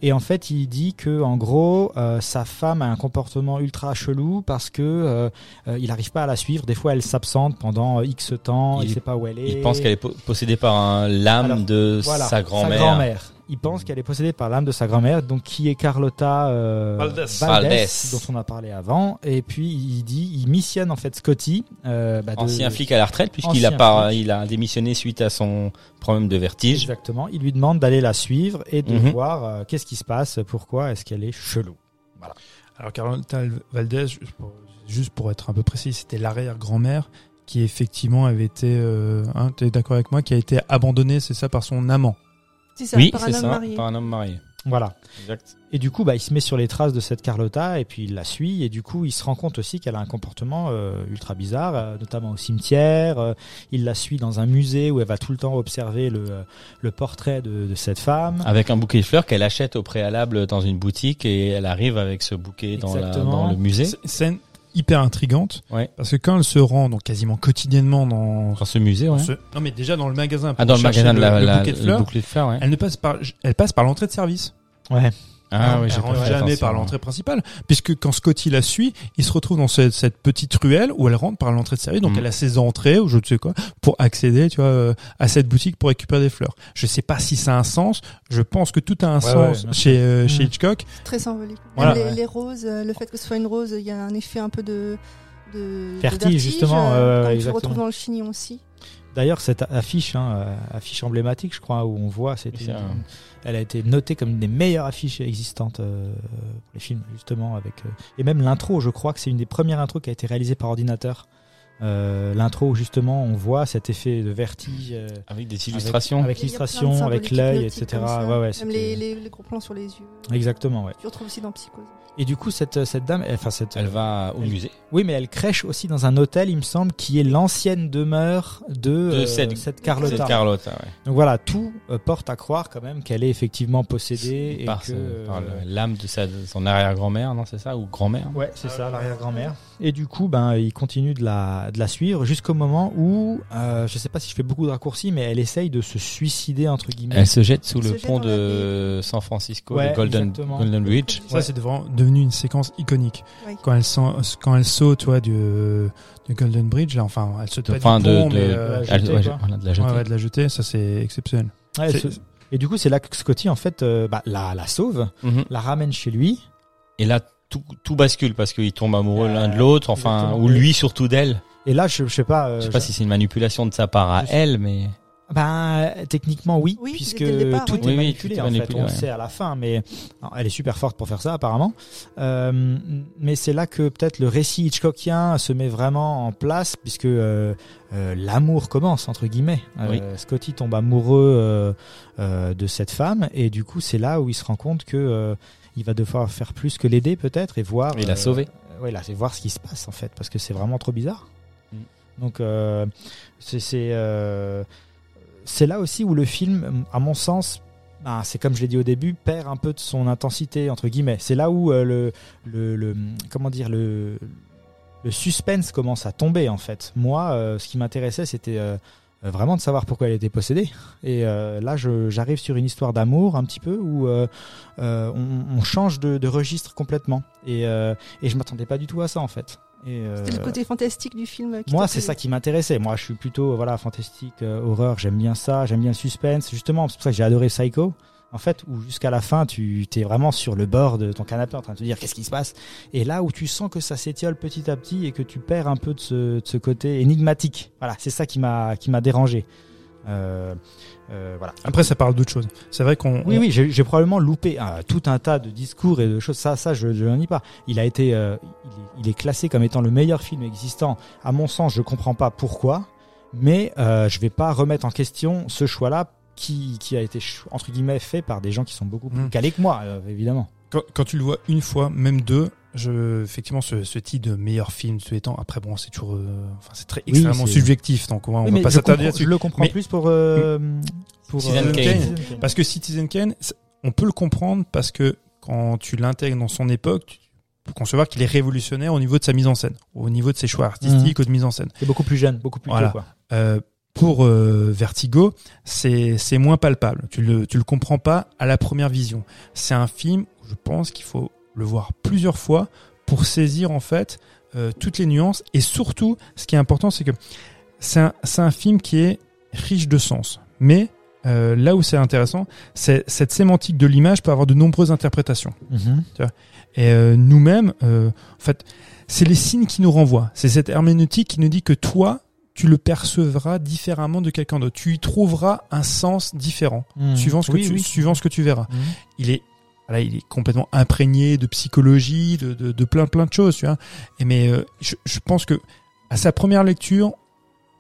S6: Et en fait, il dit que en gros, euh, sa femme a un comportement ultra chelou parce que euh, euh, il n'arrive pas à la suivre. Des fois, elle s'absente pendant euh, X temps, il
S5: Il-
S6: sait pas où elle est.
S5: Il pense qu'elle est po- possédée par un- l'âme
S6: Alors,
S5: de
S6: Voilà,
S5: sa grand-mère.
S6: Il pense qu'elle est possédée par l'âme de sa grand-mère, donc qui est Carlotta euh,
S7: Valdés.
S5: Valdés.
S6: dont on a parlé avant. Et puis il dit, il missionne en fait Scotty. euh, bah, de-
S5: Ancien flic à la retraite, puisqu'il a,
S6: Ancien
S5: pas-
S6: flic.
S5: il a démissionné suite à son problème de vertige.
S6: Exactement. Il lui demande d'aller la suivre et de
S5: Mhm.
S6: voir euh, qu'est-ce qui se passe, pourquoi est-ce qu'elle est chelou.
S7: Alors Carlota Valdez, juste pour- juste pour être un peu précis, c'était l'arrière-grand-mère qui effectivement avait été, euh, hein, t'es d'accord avec moi, qui a été abandonnée, c'est ça, par son amant.
S8: C'est ça, par un homme marié.
S5: par un homme marié.
S6: Voilà.
S5: Exact.
S6: Et du coup, bah, il se met sur les traces de cette Carlotta et puis il la suit. Et du coup, il se rend compte aussi qu'elle a un comportement euh, ultra bizarre, euh, notamment au cimetière. euh, il la suit dans un musée où elle va tout le temps observer le, euh, le portrait de, de cette femme.
S5: Avec un bouquet de fleurs qu'elle achète au préalable dans une boutique et elle arrive avec ce bouquet dans, la-
S6: Exactement.
S5: dans le musée.
S7: C'est- Scène hyper intrigante,
S5: Ouais.
S7: parce que quand elle se rend donc quasiment quotidiennement dans...
S5: Dans ce musée, ouais.
S7: ce- Non mais déjà dans le magasin, pour
S5: Ah, dans le
S7: chercher
S5: magasin de la, la-
S7: bouquet de fleurs,
S5: bouquet de fleurs, ouais.
S7: elle ne passe par, elle passe par l'entrée de service.
S6: Ouais.
S5: Ah,
S7: Hein,
S5: ouais,
S7: elle
S5: j'ai pas
S7: rentre
S5: fait
S7: jamais
S5: attention.
S7: par l'entrée principale, puisque quand Scotty la suit, il se retrouve dans cette, cette petite ruelle où elle rentre par l'entrée de service. Donc
S5: Mm.
S7: elle a ses entrées ou je ne sais quoi pour accéder, tu vois, euh, à cette boutique pour récupérer des fleurs. Je sais pas si ça a un sens. Je pense que tout a un
S6: Ouais,
S7: sens
S6: ouais, bien
S7: chez euh,
S6: Mm.
S7: chez Hitchcock.
S8: C'est très symbolique.
S7: Voilà,
S8: les,
S7: ouais.
S8: les roses, euh, le fait que ce soit une rose, il y a un effet un peu de. de de
S6: Vertige, justement,
S8: euh,
S6: euh,
S8: comme tu
S6: exactement.
S8: retrouves dans le chignon aussi.
S6: D'ailleurs, cette affiche, hein, euh, affiche emblématique, je crois, où on voit, c'était
S5: C'est
S6: une-
S5: un-
S6: elle a été notée comme une des meilleures affiches existantes euh, pour les films, justement. Avec, euh, et même l'intro, je crois que c'est une des premières intros qui a été réalisée par ordinateur. Euh, l'intro où justement on voit cet effet de vertige euh,
S5: Avec des
S6: avec-
S5: illustrations.
S6: avec, l'illustration, avec l'œil, etc. Ouais, ouais,
S8: Même
S6: c'était-
S8: les, les, les gros plans sur les yeux.
S6: Exactement, ouais.
S8: Tu retrouves aussi dans Psychose.
S6: Et du coup, cette, euh, cette dame, elle- enfin cette,
S5: Elle va au
S6: Elle-
S5: musée.
S6: oui, mais elle crèche aussi dans un hôtel, il me semble, qui est l'ancienne demeure de, euh,
S5: cette-
S6: cette
S5: C'est
S6: Carlotta.
S5: Carlotta, ouais.
S6: Donc voilà, tout euh, porte à croire quand même qu'elle est effectivement possédée et
S5: par,
S6: que.
S5: ce- par le-
S6: euh,
S5: l'âme de sa, son arrière-grand-mère, non, c'est ça Ou grand-mère
S6: Ouais, c'est ça, l'arrière-grand-mère. Et du coup, ben, il continue de la, de la suivre jusqu'au moment où, euh, je sais pas si je fais beaucoup de raccourcis, mais elle essaye de se suicider, entre guillemets.
S5: Elle se jette sous
S8: Elle
S5: le
S8: se jette
S5: pont
S8: dans
S5: de San Francisco,
S6: Ouais,
S5: le Golden,
S6: exactement.
S5: Golden Bridge.
S7: Ça,
S6: Ouais.
S7: c'est vraiment devenu une séquence iconique.
S8: Oui.
S7: Quand elle, s'en- quand elle saute, tu vois, du, du Golden Bridge, là, enfin, elle saute pas
S5: Enfin,
S7: du
S5: de-
S7: pont,
S5: de-
S7: mais...
S6: de
S7: euh,
S6: la
S5: Elle-
S6: jetée,
S5: ouais,
S6: quoi.
S5: voilà, de la
S7: ouais,
S5: jeter.
S7: ouais, de la jeter, ça, c'est exceptionnel.
S6: Ouais, elle
S7: c'est-
S6: se- Et du coup, c'est là que Scotty, en fait, euh, bah, la, la sauve,
S5: Mhm.
S6: la ramène chez lui.
S5: Et là, tout, tout bascule parce qu'ils tombent amoureux l'un de l'autre, enfin,
S6: exactement.
S5: ou lui surtout d'elle.
S6: Et là, je, je sais pas. euh,
S5: Je sais pas si c'est une manipulation de sa part à
S6: Je-
S5: elle, mais
S6: Bah, techniquement, oui,
S8: Oui,
S6: puisque
S8: dès le départ,
S6: tout
S8: oui.
S5: Oui,
S6: est
S5: oui,
S6: manipulé,
S5: tout est
S6: en fait.
S5: manipulé,
S6: On
S5: ouais.
S6: le sait à la fin, mais non, elle est super forte pour faire ça, apparemment. Euh, mais c'est là que peut-être le récit Hitchcockien se met vraiment en place, puisque euh, euh, l'amour commence, entre guillemets. Euh,
S5: Oui.
S6: Scotty tombe amoureux euh, euh, de cette femme, et du coup, c'est là où il se rend compte que euh, il va devoir faire plus que l'aider, peut-être, et voir.
S5: il
S6: euh,
S5: l'a sauvée.
S6: ouais, là, c'est voir ce qui se passe en fait, parce que c'est vraiment trop bizarre.
S5: Mm.
S6: Donc, euh, c'est c'est euh, c'est là aussi où le film, à mon sens, ah, c'est comme je l'ai dit au début, perd un peu de son intensité entre guillemets. C'est là où euh, le, le, le- comment dire le le suspense commence à tomber en fait. Moi, euh, ce qui m'intéressait, c'était euh, euh, vraiment de savoir pourquoi elle était possédée. Et euh, là, je- j'arrive sur une histoire d'amour un petit peu où euh, euh, on, on change de, de registre complètement. Et, euh, et je m'attendais pas du tout à ça en fait. Et, euh,
S8: C'est le côté fantastique du film. euh, Qui
S6: moi,
S8: t'a
S6: c'est
S8: plu.
S6: ça qui m'intéressait. Moi, je suis plutôt euh, voilà fantastique, euh, horreur. J'aime bien ça. J'aime bien le suspense. Justement, c'est pour ça que j'ai adoré Psycho. En fait, où jusqu'à la fin, tu t'es vraiment sur le bord de ton canapé en train de te dire qu'est-ce qui se passe. Et là où tu sens que ça s'étiole petit à petit et que tu perds un peu de ce, de ce côté énigmatique. Voilà, c'est ça qui m'a qui m'a dérangé. Euh, euh, voilà.
S7: Après, ça parle d'autre chose. C'est vrai qu'on...
S6: Oui,
S7: on-
S6: oui, j'ai j'ai probablement loupé euh, tout un tas de discours et de choses. Ça, ça, je, je n'en dis pas. Il a été, euh, il, est, il est classé comme étant le meilleur film existant. À mon sens, je comprends pas pourquoi, mais euh, je vais pas remettre en question ce choix-là qui, qui a été cho- entre guillemets fait par des gens qui sont beaucoup plus
S7: Mm.
S6: calés que moi, euh, évidemment.
S7: Quand, quand tu le vois une fois, même deux, je, effectivement, ce, ce titre de meilleur film de tous les temps, après, bon, c'est toujours, euh, enfin, c'est très
S6: Oui,
S7: extrêmement
S6: c'est-
S7: subjectif, donc on va, on va
S6: Oui, mais
S7: pas
S6: je,
S7: s'attarder
S6: comprends-
S7: là-dessus.
S6: je le comprends
S7: Mais-
S6: plus pour euh, pour euh,
S5: Citizen Kane.
S7: Parce que Citizen Kane, c'est- on peut le comprendre parce que quand tu l'intègres dans son époque, tu peux concevoir qu'il est révolutionnaire au niveau de sa mise en scène, au niveau de ses choix artistiques, ou
S6: Mhm.
S7: de mise en scène.
S6: C'est beaucoup plus jeune, beaucoup plus
S7: Voilà.
S6: tôt, quoi.
S7: Euh, pour euh, Vertigo, c'est c'est moins palpable. Tu le, tu le comprends pas à la première vision. C'est un film, je pense qu'il faut le voir plusieurs fois pour saisir en fait euh, toutes les nuances. Et surtout, ce qui est important, c'est que c'est un, c'est un film qui est riche de sens. Mais euh, là où c'est intéressant, c'est cette sémantique de l'image peut avoir de nombreuses interprétations.
S6: Mhm.
S7: Et euh, nous-mêmes, euh, en fait, c'est les signes qui nous renvoient. C'est cette herméneutique qui nous dit que toi, tu le percevras différemment de quelqu'un d'autre. Tu y trouveras un sens différent
S6: Mhm.
S7: suivant ce que
S6: Oui,
S7: tu
S6: oui.
S7: suivant ce que tu verras.
S6: Mhm.
S7: Il est voilà, il est complètement imprégné de psychologie, de, de, de plein plein de choses. Tu vois. Et mais euh, je, je pense que à sa première lecture,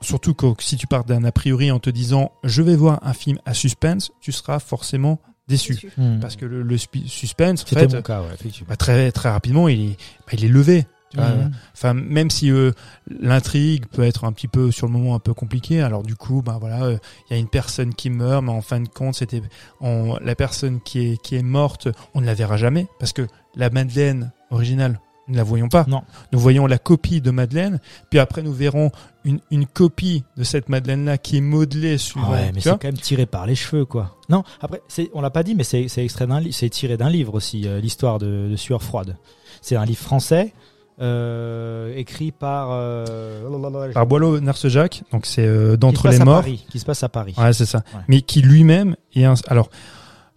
S7: surtout que que si tu pars d'un a priori en te disant je vais voir un film à suspense, tu seras forcément déçu
S8: Déçu.
S6: Mhm.
S7: parce que le, le spi- suspense, en
S6: C'était
S7: fait,
S6: mon cas, ouais, effectivement.
S7: bah, très très rapidement, il est bah, il est levé. tu vois.
S6: Mhm.
S7: Enfin, même si euh, l'intrigue peut être un petit peu sur le moment un peu compliquée, alors du coup, ben voilà, euh, il y a une personne qui meurt, mais en fin de compte, c'était on- la personne qui est qui est morte, on ne la verra jamais parce que la Madeleine originale, nous ne la voyons pas.
S6: Non.
S7: Nous voyons la copie de Madeleine, puis après nous verrons une, une copie de cette Madeleine là qui est modelée sur. euh,
S6: Ah ouais, mais
S7: tu
S6: c'est
S7: vois
S6: quand même tiré par les cheveux, quoi. Non, après, c'est, on l'a pas dit, mais c'est, c'est extrait d'un, li- c'est tiré d'un livre aussi, euh, l'histoire de, de Sueur froide. C'est un livre français euh, écrit par euh, lalalala,
S7: par Boileau Narcejac, donc c'est euh,
S6: qui se
S7: d'entre
S6: passe
S7: les
S6: à
S7: morts.
S6: Paris, qui se passe à Paris.
S7: Ouais, c'est ça.
S6: Ouais.
S7: Mais qui lui-même est un... Alors,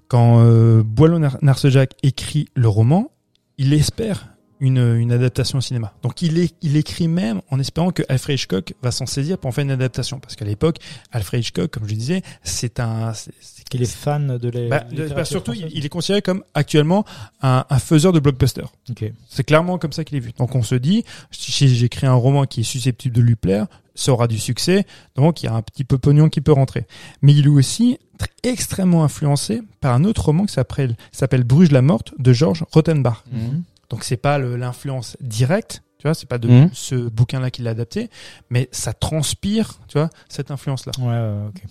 S7: quand euh, Boileau Nar- Narcejac écrit le roman, il espère une, une adaptation au cinéma. Donc il, é- il écrit même en espérant que Alfred Hitchcock va s'en saisir pour en faire une adaptation. Parce qu'à l'époque, Alfred Hitchcock, comme je disais, c'est un... c'est- c'est-
S6: Qu'il est fan de la.
S7: bah,
S6: littérature
S7: bah, surtout, il,
S6: française
S7: il est considéré comme actuellement un, un faiseur de blockbuster.
S6: Ok.
S7: C'est clairement comme ça qu'il est vu. Donc on se dit, si j'écris un roman qui est susceptible de lui plaire, ça aura du succès, donc il y a un petit peu pognon qui peut rentrer. Mais il est aussi très- extrêmement influencé par un autre roman qui s'appelle s'appelle Bruges la morte de Georges Rothenbach.
S6: Mhm.
S7: Donc c'est pas le- l'influence directe, tu vois, c'est pas de
S5: Mhm.
S7: ce bouquin-là qu'il a adapté, mais ça transpire, tu vois, cette influence-là.
S6: Ouais, ouais, ok.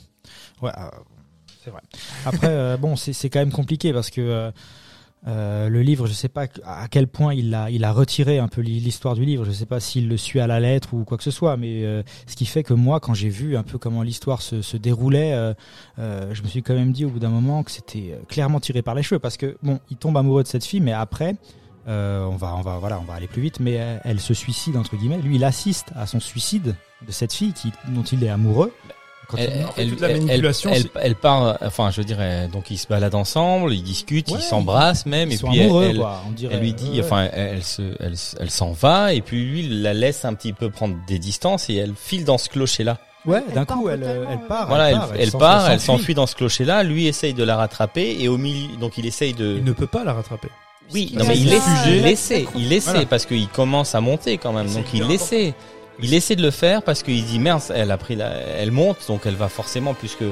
S6: Ouais, euh, c'est vrai. Après, euh, bon, c'est c'est quand même compliqué parce que euh, euh, le livre, je sais pas à quel point il a, il a retiré un peu l'hi- l'histoire du livre. Je sais pas s'il le suit à la lettre ou quoi que ce soit, mais euh, ce qui fait que moi, quand j'ai vu un peu comment l'histoire se, se déroulait, euh, euh, je me suis quand même dit au bout d'un moment que c'était euh, clairement tiré par les cheveux parce que bon, il tombe amoureux de cette fille, mais après. euh, on va, on va, voilà, on va aller plus vite, mais euh, elle se suicide entre guillemets. Lui, il assiste à son suicide de cette fille qui, dont il est amoureux. Quand il-
S7: en fait, toute la manipulation,
S5: elle,
S7: c'est-
S5: elle part, euh, enfin, je dirais, donc ils se baladent ensemble, ils discutent,
S6: Ouais,
S5: ils s'embrassent même,
S6: Ils
S5: et
S6: sont
S5: puis elle-
S6: amoureux,
S5: elle,
S6: quoi, on dirait.
S5: elle lui dit,
S6: Ouais, ouais.
S5: enfin, elle, elle se, elle, s- elle s'en va, et puis lui il la laisse un petit peu prendre des distances et elle file dans ce clocher-là.
S6: ouais,
S8: Elle
S6: d'un
S8: part
S6: coup, elle,
S8: totalement,
S6: Ah, elle
S8: euh,
S6: part.
S5: voilà, elle,
S6: part,
S5: elle
S6: s'en-
S5: part, elle s'enfuit dans ce clocher-là. Lui essaye de la rattraper, et au milieu, donc il essaye de.
S7: Il ne peut pas la rattraper.
S5: Oui,
S8: Puisqu'il
S5: non, mais
S8: reste
S5: il
S8: là,
S5: laisse,
S8: euh,
S5: il
S8: la-
S5: essaie,
S8: la-
S5: il essaie
S7: Voilà.
S5: parce qu'il commence à monter quand même,
S7: C'est
S5: donc
S7: hyper
S5: il essaie. Il essaie de le faire parce qu'il dit merde, elle a pris la, elle monte, donc elle va forcément puisque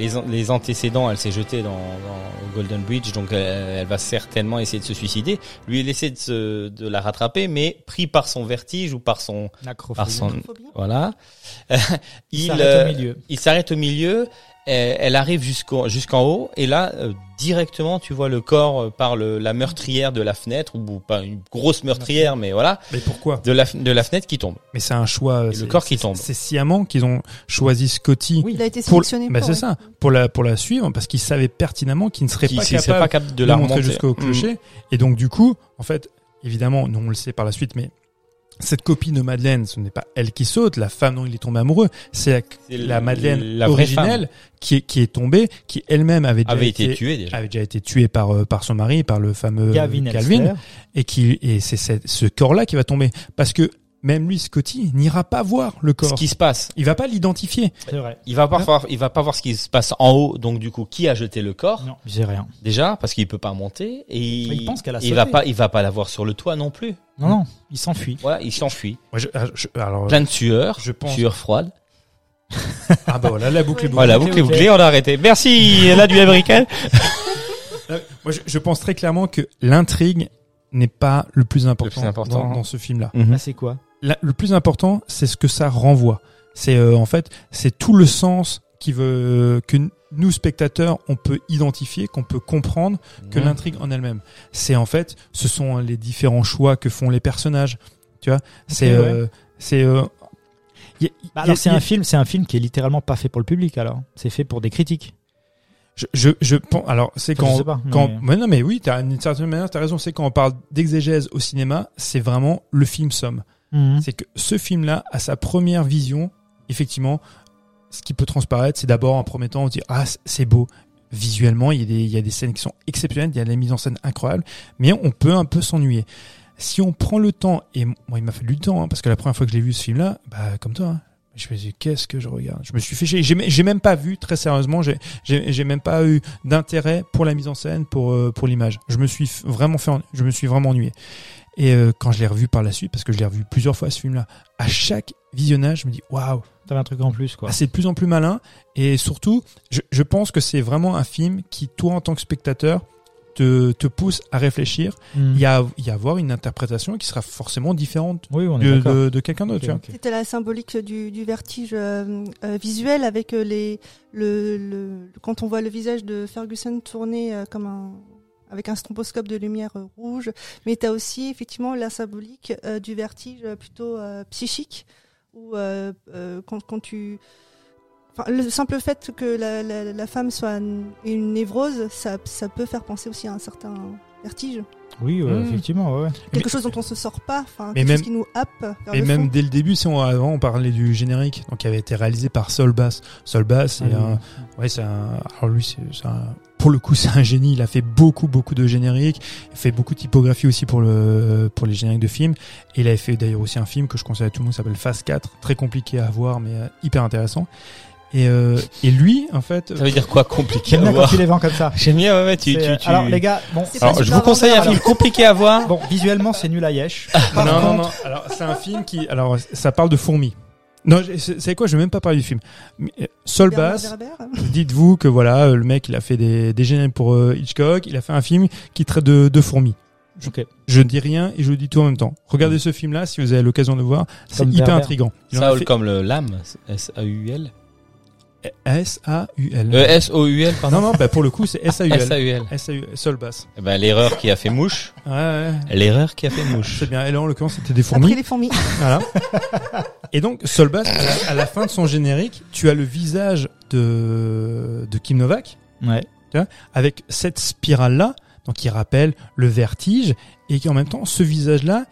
S5: les, an- les antécédents, elle s'est jetée dans, dans Golden Bridge, donc euh, elle, elle va certainement essayer de se suicider. Lui, il essaie de, se, de la rattraper, mais pris par son vertige ou par son, par
S6: Acrophobie.
S5: son,
S8: Faut bien.
S5: voilà,
S6: Il
S5: il
S6: s'arrête
S5: euh,
S6: au milieu.
S5: il s'arrête au milieu. Elle elle arrive jusqu'en jusqu'en haut et là euh, directement tu vois le corps euh, par le, la meurtrière de la fenêtre ou pas une grosse meurtrière mais voilà
S7: Mais pourquoi
S5: de la f- de la fenêtre qui tombe
S7: Mais c'est un choix. euh,
S5: et le
S7: c'est-
S5: corps qui tombe.
S7: C'est sciemment qu'ils ont choisi Scotty
S8: Il a été
S7: Pour-
S8: sélectionné
S7: Bah
S8: pour,
S7: c'est
S8: ouais.
S7: ça, pour la, pour la suivre, parce qu'il savait pertinemment qu'il ne serait
S5: qui
S7: pas
S5: qui
S7: capable
S5: serait pas capable de
S7: de
S5: la
S7: la montrer
S5: remonter.
S7: jusqu'au
S5: Mm.
S7: clocher. Et donc du coup, en fait, évidemment, nous on le sait par la suite, mais cette copine de Madeleine, ce n'est pas elle qui saute, la femme dont il est tombé amoureux, c'est la,
S5: C'est
S7: la
S5: le-
S7: Madeleine
S5: la vraie
S7: originelle qui est, qui est tombée, qui elle-même avait déjà
S5: avait été tué déjà.
S7: avait déjà été tuée par euh, par son mari, par le fameux
S6: Gavin
S7: Calvin
S6: Elster.
S7: et qui et c'est cette- ce corps-là qui va tomber parce que même lui Scotty n'ira pas voir le
S5: Ce
S7: corps. Hein
S5: qui se passe,
S7: Il va pas l'identifier.
S6: C'est vrai.
S5: il va pas voir, il va pas voir ce qui se passe en haut donc du coup qui a jeté le corps
S6: Non, j'ai rien.
S7: Mm.
S5: déjà parce qu'il peut pas monter et il,
S6: Il pense qu'elle a
S5: il va
S6: sauté.
S5: pas il va pas la voir sur le toit non plus.
S6: Non, non, il s'enfuit.
S5: Voilà, il s'enfuit.
S7: Moi, je- ah, je- alors,
S5: Plein de sueur,
S7: Je pense-
S5: sueur froide.
S7: ah bah voilà, la boucle est bouclée.
S5: Voilà, bouclé, bouclé, on a arrêté. Merci, là du américain.
S7: Moi, je, je pense très clairement que l'intrigue n'est pas le plus important,
S5: Le plus important. Mm.
S7: Dans, dans ce film-là.
S6: Là, c'est quoi
S7: La- le plus important, c'est ce que ça renvoie. C'est euh, en fait, c'est tout le sens qui veut que n- nous spectateurs on peut identifier, qu'on peut comprendre que
S5: Mm.
S7: l'intrigue en elle-même. C'est en fait, ce sont les différents choix que font les personnages. Tu vois, c'est
S6: ouais.
S7: euh, c'est euh, y a- y a-
S6: Bah, Alors, c'est
S7: y a-
S6: un film, c'est un film qui est littéralement pas fait pour le public. Alors, c'est fait pour des critiques.
S7: Je, je, je pense. Alors, c'est
S6: Enfin, je
S7: quand.
S6: sais pas, mais-
S7: quand mais non, mais oui, t'as d'une certaine manière, t'as raison. C'est quand on parle d'exégèse au cinéma, c'est vraiment le film somme.
S6: Mhm.
S7: C'est que ce film-là, à sa première vision, effectivement, ce qui peut transparaître, c'est d'abord en premier temps, on se dit ah c- c'est beau. Visuellement, il y, a des, il y a des scènes qui sont exceptionnelles, il y a de la mise en scène incroyable, mais on peut un peu s'ennuyer. Si on prend le temps, et moi il m'a fallu du temps, hein, parce que la première fois que j'ai vu ce film-là, bah comme toi, hein, je me suis dit qu'est-ce que je regarde Je me suis fait chier. J'ai j'ai même pas vu, très sérieusement, j'ai- j'ai j'ai même pas eu d'intérêt pour la mise en scène, pour, euh, pour l'image. Je me suis f- vraiment fait, en- je me suis vraiment ennuyé. Et euh, quand je l'ai revu par la suite, parce que je l'ai revu plusieurs fois ce film-là, à chaque visionnage, je me dis waouh,
S6: T'avais un truc en plus, quoi.
S7: ah, c'est de plus en plus malin. Et surtout, je, je pense que c'est vraiment un film qui, toi en tant que spectateur, te, te pousse à réfléchir
S6: Mhm.
S7: et à, y avoir une interprétation qui sera forcément différente
S6: Oui, on est
S7: de,
S6: d'accord.
S7: de, de quelqu'un d'autre.
S6: Ok,
S7: tu vois.
S6: ok.
S8: C'était la symbolique du, du vertige euh, euh, visuel avec euh, les le, le- quand on voit le visage de Ferguson tourner euh, comme un avec un stromboscope de lumière euh, rouge, mais tu as aussi effectivement la symbolique euh, du vertige euh, plutôt euh, psychique où euh, euh, quand, quand tu enfin, le simple fait que la, la- la femme soit une, une névrose, ça, ça peut faire penser aussi à un certain vertige.
S6: Oui, ouais,
S7: Mhm.
S6: effectivement, ouais, ouais.
S8: Quelque
S7: Mais-
S8: chose dont on se sort pas, enfin,
S7: Mais
S8: quelque
S7: même-
S8: chose qui nous happe vers
S7: Et
S8: le
S7: même
S8: fond.
S7: dès le début, si on, avant on parlait du générique, donc qui avait été réalisé par Sol Bass. Sol Bass, c'est
S6: Ah,
S7: un, ouais, c'est un, alors lui c'est c'est un pour le coup, c'est un génie. Il a fait beaucoup, beaucoup de génériques. Il fait beaucoup de typographie aussi pour le, pour les génériques de films. Et il avait fait d'ailleurs aussi un film que je conseille à tout le monde, ça s'appelle Phase 4. Très compliqué à voir, mais euh, hyper intéressant. Et, euh, et lui, en fait,
S5: Ça veut dire quoi compliqué
S6: J'aime
S5: à
S6: bien quand
S5: voir
S6: tu les vends comme ça.
S5: J'aime bien, ouais, ouais, tu,
S6: C'est- euh,
S5: tu, tu-
S6: Alors les gars, bon,
S8: C'est pas
S5: Alors, je
S8: super
S5: vous conseille un
S8: vendeur,
S5: film compliqué à voir.
S6: bon visuellement c'est nul à Yesh.
S7: non, non, non. Alors, c'est un film qui, alors, ça parle de fourmis. Non, je- c'est c'est quoi Je vais même pas parler du film. Mais, euh, Sol
S8: Bernard
S7: Bass,
S8: Werber.
S7: dites-vous que voilà, euh, le mec, il a fait des, des génériques pour euh, Hitchcock. Il a fait un film qui traite de, de fourmis.
S6: Ok.
S7: Je dis rien et je dis tout en même temps. Regardez ce film-là si vous avez l'occasion de le voir. C'est
S6: Comme
S7: hyper
S6: Werber.
S7: intriguant. Il en a
S5: Saul
S7: fait
S5: comme le lame, S-A-U-L.
S7: S-A-U-L.
S5: Euh, S-O-U-L, pardon.
S7: non, non, bah pour le coup, c'est S-A-U-L.
S5: S-A-U-L.
S7: S-A-U-L. Sol Bass.
S5: Eh ben, l'erreur qui a fait mouche.
S7: Ouais, ouais.
S5: L'erreur qui a fait mouche.
S7: C'est bien. Et là, en l'occurrence, c'était des
S8: Après
S7: fourmis.
S8: les fourmis.
S7: Voilà. Et donc, Solbas, à la, à la fin de son générique, tu as le visage de, de Kim Novak
S6: Ouais.
S7: avec cette spirale-là, donc qui rappelle le vertige, et qui en même temps, ce visage-là,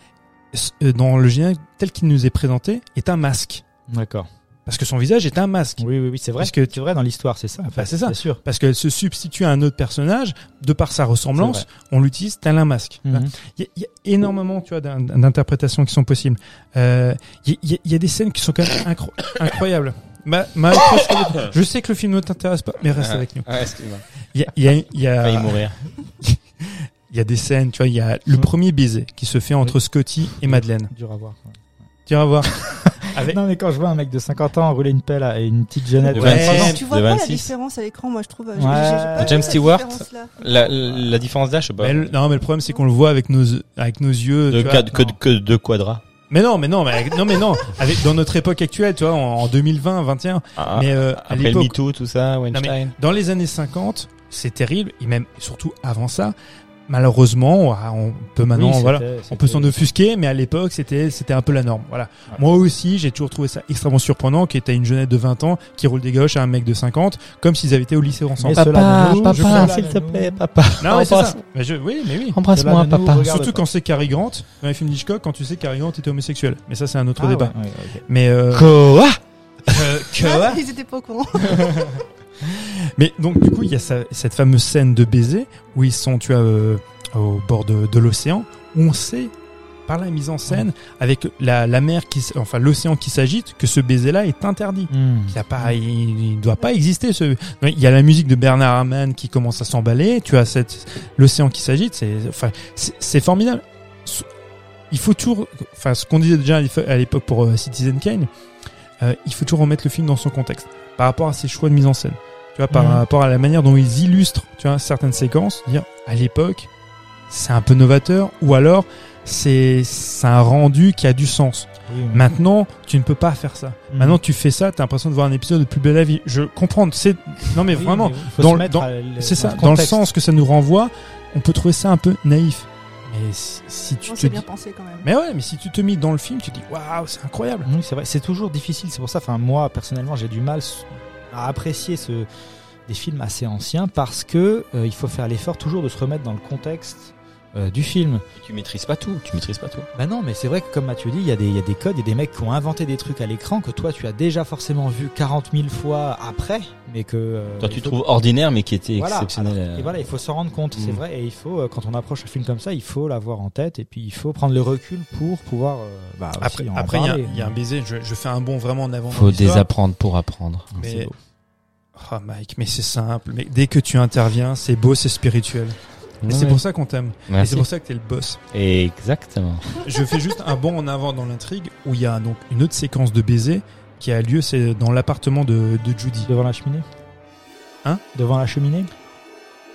S7: s- euh, dans le générique tel qu'il nous est présenté, est un masque.
S6: D'accord.
S7: Parce que son visage est un masque.
S6: Oui oui oui c'est vrai.
S7: Parce que-
S6: c'est vrai dans l'histoire c'est ça. en fait.
S7: Bah, c'est ça.
S6: Bien sûr.
S7: Parce qu'elle se substitue à un autre personnage, de par sa ressemblance, on l'utilise tel un masque.
S6: Mhm.
S7: Il y, a- il y a énormément, tu vois, d'in- d'interprétations qui sont possibles. Euh, Il y, a- il y a- il y a des scènes qui sont quand même incro- incroyables. Ma, ma- je sais que le film ne t'intéresse pas, mais reste
S5: Ah.
S7: avec nous.
S5: Ah, excuse-moi.
S7: Il y a, il y a- il y a-
S5: Failli mourir.
S7: il y a des scènes, tu vois, il y a le premier baiser qui se fait entre Scotty et Madeleine.
S6: Dur à voir. ouais.
S7: Tu vas
S5: Bah,
S7: voir. Ah,
S6: Non mais quand je vois un mec de 50 ans rouler une pelle à et une petite jeunette.
S5: De
S6: Ouais.
S5: 26.
S8: Alors, tu vois
S5: de
S8: pas la
S5: 26.
S8: différence à l'écran, moi je trouve. euh, j'ai-
S6: Ouais.
S8: j'ai-
S7: Ah,
S8: j'ai pas vu
S5: James
S8: cette
S5: Stewart
S8: différence-là.
S5: La, la différence d'âge, je sais pas.
S7: Mais le- non, mais le problème, c'est qu'on le voit avec nos, avec nos yeux.
S5: de
S7: tu vois.
S5: quatre- que, que deux quadras.
S7: Mais non, mais non, mais avec- non, mais non. Avec, dans notre époque actuelle, tu vois, en, en 2020, 21.
S5: Ah,
S7: mais euh, à
S5: Après le
S7: l'époque,
S5: MeToo, tout ça, Weinstein.
S7: Dans les années 50, c'est terrible, et même surtout avant ça, malheureusement, on peut maintenant,
S6: Oui,
S7: Oh, voilà,
S6: c'était-
S7: on peut s'en
S6: c'était-
S7: offusquer, mais à l'époque, c'était c'était un peu la norme. Voilà.
S6: Ouais.
S7: Moi aussi, j'ai toujours trouvé ça extrêmement surprenant qu'il y ait une jeunette de 20 ans qui roule des gauches à un mec de 50, comme s'ils avaient été au lycée ensemble.
S6: Mais Papa, cela ne nous- papa,
S5: papa,
S6: je-
S5: s'il
S6: s'il
S5: te
S6: te
S5: plaît,
S6: plaît,
S5: papa.
S7: non, mais c'est
S5: embrasse-
S7: ça. Mais je- oui, mais oui.
S6: Embrasse-moi,
S5: Embrasse-moi,
S6: Cela ne nous
S5: papa.
S6: papa. regarde.
S7: Surtout
S6: pas.
S7: quand c'est Cary Grant, dans les films d'Hitchcock, quand tu sais que Cary Grant était homosexuel. Mais ça, c'est un autre
S6: Ah,
S7: débat.
S6: ouais, ouais, ok.
S7: Mais euh,
S5: Quoi
S7: euh,
S8: Ah, Ils étaient pas au courant.
S7: Mais donc du coup, il y a sa- cette fameuse scène de baiser où ils sont, tu vois, euh, au bord de, de l'océan. On sait par la mise en scène, avec la, la mer qui, s- enfin l'océan qui s'agite, que ce baiser-là est interdit.
S6: Hmm.
S7: Il y a pas, il ne doit pas exister. Ce... Il y a la musique de Bernard Herrmann qui commence à s'emballer. Tu as cette l'océan qui s'agite. C'est enfin, c'est c'est formidable. So- Il faut toujours, enfin, ce qu'on disait déjà à l'ép- à l'époque pour euh, Citizen Kane, euh, il faut toujours remettre le film dans son contexte, par rapport à ses choix de mise en scène. Tu vois, par
S6: Mhm.
S7: rapport à la manière dont ils illustrent, tu vois, certaines séquences. Dire à l'époque, c'est un peu novateur, ou alors c'est c'est un rendu qui a du sens.
S6: Oui, oui.
S7: Maintenant, tu ne peux pas faire ça.
S6: Hmm.
S7: Maintenant, tu fais ça, t'as l'impression de voir un épisode de Plus belle la vie. Je comprends. C'est non, mais
S6: Oui,
S7: vraiment,
S6: mais faut
S7: dans
S6: se
S7: le-
S6: mettre
S7: dans-
S6: à l-
S7: c'est ça.
S6: ce
S7: Dans le
S6: contexte.
S7: sens que ça nous renvoie, on peut trouver ça un peu naïf. Mais si, si tu
S8: On
S7: te
S8: s'est
S7: dis,
S8: bien pensé quand même.
S7: mais ouais, mais si tu te mis dans le film, tu te dis waouh, c'est incroyable.
S6: Oui, c'est vrai. C'est toujours difficile. C'est pour ça. Enfin, moi personnellement, j'ai du mal s- à apprécier ce des films assez anciens parce que euh, il faut faire l'effort toujours de se remettre dans le contexte euh, du film.
S5: Tu maîtrises pas tout, tu maîtrises pas tout.
S6: Bah non, mais c'est vrai que comme Mathieu dit, il y, a des- il y a des codes, il y a des mecs qui ont inventé des trucs à l'écran que toi tu as déjà forcément vu 40 000 fois après, mais que euh,
S5: Toi, tu
S6: il faut-
S5: trouves ordinaire, mais qui était
S6: Voilà.
S7: Ah,
S5: exceptionnel.
S6: Alors,
S5: euh,
S6: et voilà, il faut s'en rendre compte, c'est
S5: Mm.
S6: vrai. Et il faut, euh, quand on approche un film comme ça, il faut l'avoir en tête et puis il faut prendre le recul pour pouvoir. euh, bah, aussi
S7: Après,
S6: en
S7: après, il y a-
S6: parler.
S7: il y, a un baiser. Je, je fais un bond vraiment en avant. dans
S5: Faut
S7: l'histoire.
S5: désapprendre pour apprendre.
S7: Mais oh, Mike, mais c'est simple. Mais dès que tu interviens, c'est beau, c'est spirituel. Et c'est pour ça qu'on t'aime. Et c'est
S5: Merci.
S7: pour ça que t'es le boss.
S5: Exactement.
S7: Je fais juste un bond en avant dans l'intrigue où il y a donc une autre séquence de baiser qui a lieu, c'est dans l'appartement de, de Judy.
S6: Devant la cheminée
S7: Hein
S6: Devant la cheminée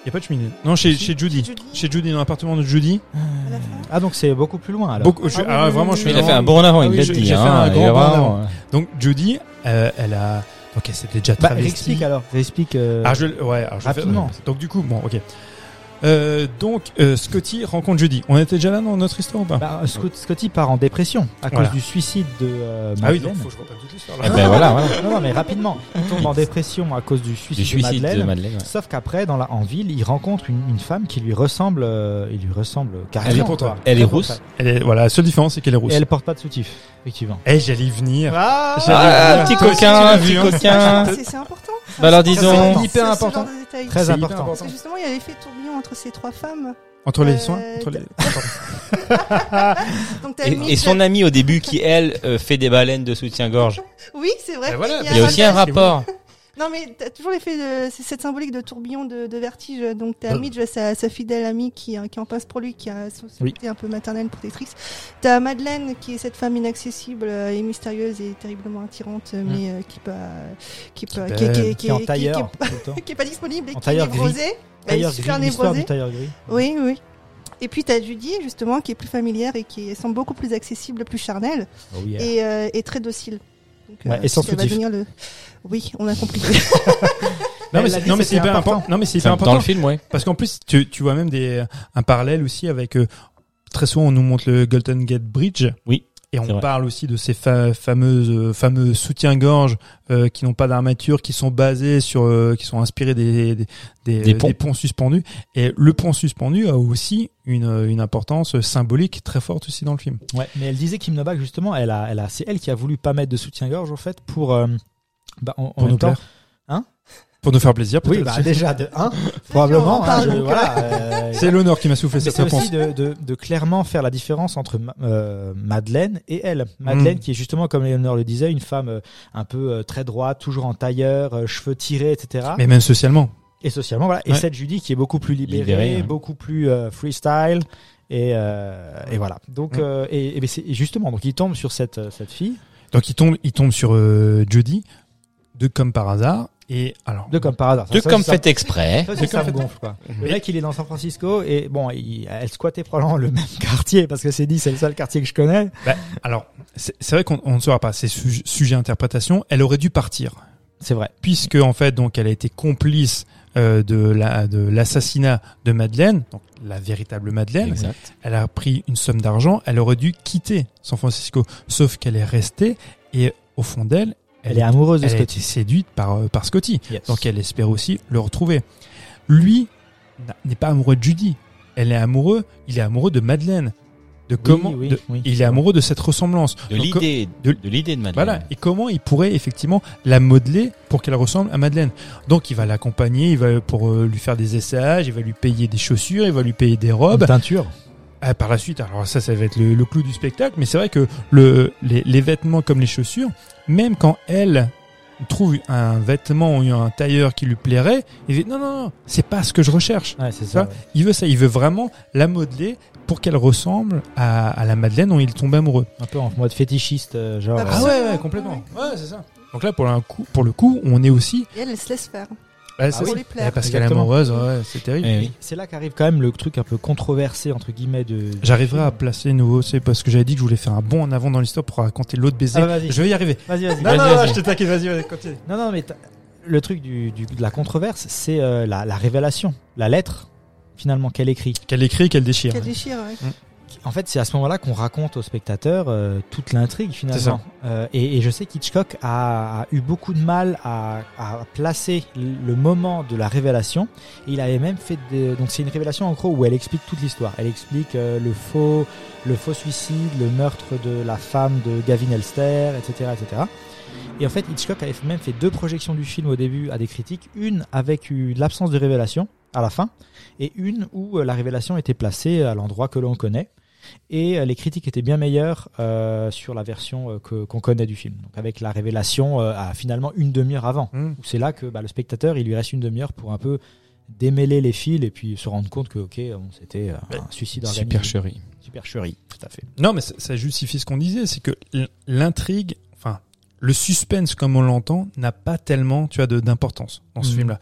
S7: Il n'y a pas de cheminée. Non, chez,
S6: Si.
S7: chez Judy.
S8: Judy.
S7: Chez Judy, dans l'appartement de Judy.
S8: À la fin.
S6: Ah, donc c'est beaucoup plus loin alors.
S7: Beaucoup, je-
S8: Ah oui,
S7: ah,
S8: oui,
S7: vraiment,
S8: oui,
S7: je suis
S5: Il a
S7: dans-
S5: fait un bon en avant,
S7: Ah
S5: il
S7: oui,
S5: l'a
S7: j'ai-
S5: dit.
S7: j'ai fait
S5: hein,
S7: un
S5: il
S7: grand
S5: a
S7: bond en
S5: vraiment-
S7: Donc Judy, euh, elle a. Donc elle s'était déjà
S6: Bah,
S7: travestie.
S6: réexplique alors. Réexplique. euh,
S7: Ah, je, ouais, alors je vais faire-
S6: Rapidement.
S7: donc du coup, bon, ok. Euh, donc euh, Scotty rencontre Judy. On était déjà là dans notre histoire ou pas
S6: bah, Scott- Scotty part en dépression à
S7: Voilà.
S6: cause du suicide de euh,
S7: Ah oui,
S6: Madeleine.
S7: donc faut que je reprenne toute l'histoire. là.
S5: Eh ben voilà, voilà.
S6: Non, non, mais rapidement. Il tombe en dépression à cause du suicide,
S5: Du suicide
S6: de Madeleine.
S5: de Madeleine. ouais.
S6: Sauf qu'après, dans la, en ville, il rencontre une, une femme qui lui ressemble, euh, il lui ressemble carrément.
S7: est pour toi.
S6: quoi.
S5: Elle est
S6: Très pour
S5: rousse.
S6: toi.
S7: Elle est- voilà, la seule différence, c'est qu'elle est
S6: Et
S7: rousse.
S6: elle porte pas de soutif, effectivement.
S7: Eh, j'allais y venir.
S6: Ah
S7: J'allais y
S5: Ah,
S7: venir.
S5: petit
S7: Toi aussi,
S5: coquin,
S7: tu l'as
S5: petit
S7: vu, hein.
S5: coquin.
S8: Ah, C'est c'est important.
S5: Bah alors
S8: C'est
S5: disons,
S8: important.
S7: hyper
S8: Ce- ce
S7: important.
S8: genre de détail. détail.
S6: Très
S7: C'est
S6: important.
S7: hyper
S8: Parce que justement, il y a l'effet tourbillon entre ces trois femmes.
S7: Entre les
S8: Euh,
S7: soins, entre les...
S8: Donc, t'as
S5: Et,
S8: mis-
S5: et son amie au début qui, elle, euh, fait des baleines de soutien-gorge.
S8: Oui, c'est vrai.
S7: Ben voilà,
S5: Il y a aussi un
S8: rappel.
S5: rapport.
S8: Non, mais t'as toujours l'effet de c'est cette symbolique de tourbillon de, de vertige. Donc t'as
S7: Euh.
S8: Midge, sa, sa fidèle amie qui, euh, qui en passe pour lui, qui a ce ce
S6: Oui.
S8: côté un peu maternelle protectrice. T'as Madeleine qui est cette femme inaccessible euh, et mystérieuse et terriblement attirante, euh,
S6: Mm.
S8: mais euh, qui peut, euh, qui peut,
S7: Qui
S8: qui, qui,
S7: belle.
S8: qui, qui,
S6: qui est en
S8: qui-
S6: tailleur
S8: qui-
S6: tout le temps.
S8: qui est pas disponible et
S6: En
S8: qui est
S6: tailleur gris.
S8: névrosée. Elle est
S6: Tailleur
S8: super
S6: gris, l'histoire
S8: névrosée.
S6: du tailleur gris.
S8: Oui, oui. Et puis t'as Judy justement qui est plus familière et qui semble beaucoup plus accessible, plus charnelle
S6: Oh yeah.
S8: et, euh, et très docile. Donc,
S6: Ouais, et sans
S8: elle va
S6: soutif.
S8: devenir le. Oui, on a compris.
S7: Non,
S6: Elle
S7: mais
S6: l'a
S7: c'est-
S6: dit,
S7: non, mais c'est
S6: c'était
S7: hyper
S6: important.
S7: important. Non, mais c'est hyper
S5: Enfin, dans
S7: important.
S5: le film, ouais.
S7: Parce qu'en plus, tu, tu vois même des, un parallèle aussi avec. euh, très souvent, on nous montre le Golden Gate Bridge.
S5: Oui,
S7: Et
S5: c'est
S7: on
S5: vrai.
S7: parle aussi de ces fa- fameuses, euh, fameux soutiens-gorge euh, qui n'ont pas d'armature, qui sont basés sur, euh, qui sont inspirés des, des, des,
S5: Des
S7: euh,
S5: ponts.
S7: suspendus. Et le pont suspendu a aussi une, euh, une importance symbolique très forte aussi dans le film.
S6: Ouais, mais elle disait Kim Novak justement, elle a, elle a, c'est elle qui a voulu pas mettre de soutien-gorge en fait pour, euh, bah, en, en
S7: Pour
S6: même
S7: nous
S6: temps-
S7: plaire.
S6: Hein
S7: Pour nous faire plaisir, peut-être.
S6: Oui, bah déjà de 1 probablement.
S8: On en
S6: hein,
S8: parle,
S6: je-
S8: donc,
S6: voilà. euh,
S7: c'est l'honneur qui m'a soufflé
S6: mais
S7: cette
S6: c'est
S7: réponse.
S6: aussi de, de, de clairement faire la différence entre Ma- euh, Madeleine et elle. Madeleine
S7: Mm.
S6: qui est justement, comme Eleanor le disait, une femme euh, un peu euh, très droite, toujours en tailleur, euh, cheveux tirés, etc.
S7: Mais même socialement.
S6: Et socialement, voilà. Et
S7: Ouais.
S6: cette Judy qui est beaucoup plus libérée,
S5: Libérée, ouais.
S6: beaucoup plus euh, freestyle. Et, euh, et voilà. Donc,
S7: Ouais.
S6: euh, et, et ben c'est- et justement, donc il tombe sur cette, euh, cette fille,
S7: Donc il tombe, il tombe sur euh, Judy, de comme par hasard. Et alors,
S6: de comme par hasard.
S5: De
S6: Ça, ça,
S5: comme
S6: ça-
S5: fait exprès.
S6: Ça, c'est ça me gonfle, quoi. Le mec, il est dans San Francisco et bon, il- elle squattait probablement le même quartier parce que c'est dit, c'est le seul quartier que je connais.
S7: Bah, alors, c'est c'est vrai qu'on on ne saura pas. C'est su- sujet à interprétation. Elle aurait dû partir,
S6: C'est vrai.
S7: puisque en fait, donc, elle a été complice euh, de la- de l'assassinat de, Madeleine, donc la véritable Madeleine.
S5: Exact.
S7: Elle a pris une somme d'argent. Elle aurait dû quitter San Francisco, sauf qu'elle est restée et au fond d'elle,
S6: Elle est amoureuse de
S7: elle a
S6: Scotty.
S7: été séduite par euh, par Scotty.
S6: Yes.
S7: Donc elle espère aussi le retrouver. Lui n'a- n'est pas amoureux de Judy. Elle est amoureux. Il est amoureux de Madeleine. De comment
S6: oui,
S7: de-
S6: oui.
S7: Il est amoureux de cette ressemblance.
S5: De
S7: Donc,
S5: l'idée,
S7: de-
S5: de, l'idée de Madeleine.
S7: voilà. Et comment il pourrait effectivement la modeler pour qu'elle ressemble à Madeleine. Donc il va l'accompagner, il va pour euh, lui faire des essayages, il va lui payer des chaussures, il va lui payer des
S6: Une
S7: robes.
S6: teinture.
S7: Ah, par la suite, alors ça, ça va être le, le clou du spectacle. Mais c'est vrai que le, les, les vêtements comme les chaussures, même quand elle trouve un vêtement ou un tailleur qui lui plairait, il dit non non non, c'est pas ce que je recherche.
S6: Ouais, c'est
S7: ça,
S6: ça.
S7: Il veut ça, il veut vraiment la modeler pour qu'elle ressemble à, à la Madeleine dont il tombe amoureux.
S6: Un peu en mode fétichiste, euh, genre.
S7: Ah
S8: Ah
S6: euh,
S7: ouais,
S8: Absolument.
S7: ouais, complètement. Ouais, c'est ça. Donc là, pour, un coup, pour le coup, on est aussi.
S8: Et elle, elle se laisse faire.
S7: Bah,
S8: Pour lui plaire.
S7: parce qu'elle est
S6: Exactement.
S7: amoureuse, ouais, c'est terrible.
S5: Eh oui.
S6: C'est là qu'arrive quand même le truc un peu controversé, entre guillemets, de.
S7: J'arriverai à placer nouveau, c'est parce que j'avais dit que je voulais faire un bond en avant dans l'histoire pour raconter l'autre baiser.
S6: Ah, bah, vas-y.
S7: je vais y arriver.
S6: Vas-y, vas-y.
S7: Non, non,
S5: vas-y.
S7: non, je te taquine, vas-y, vas-y, continue.
S6: Non, non, mais t'as- le truc du, du- de la controverse, c'est euh, la, la révélation, la lettre, finalement, qu'elle écrit.
S7: Qu'elle écrit, qu'elle déchire.
S8: Qu'elle déchire. ouais.
S6: En fait, c'est à ce moment-là qu'on raconte aux spectateurs euh, toute l'intrigue
S7: C'est ça.
S6: finalement. Euh, et, et je sais qu'Hitchcock a, a eu beaucoup de mal à, à placer l- le moment de la révélation. Et il avait même fait des- donc c'est une révélation en gros où elle explique toute l'histoire. Elle explique euh, le faux le faux suicide, le meurtre de la femme de Gavin Elster, etc., etc. Et en fait, Hitchcock avait même fait deux projections du film au début à des critiques, une avec euh, l'absence de révélation à la fin, et une où euh, la révélation était placée à l'endroit que l'on connaît. Et euh, les critiques étaient bien meilleures euh, sur la version euh, que- qu'on connaît du film, donc avec la révélation euh, à finalement une demi-heure avant.
S7: Mm.
S6: Où C'est là que bah, le spectateur, il lui reste une demi-heure pour un peu démêler les fils et puis se rendre compte que, ok, bon, c'était euh, un suicide organisé.
S5: chérie.
S6: Supercherie, tout à fait.
S7: Non, mais ça, ça justifie ce qu'on disait, c'est que l- l'intrigue, enfin, le suspense comme on l'entend, n'a pas tellement, tu vois, de- d'importance dans ce
S6: Mhm.
S7: film-là.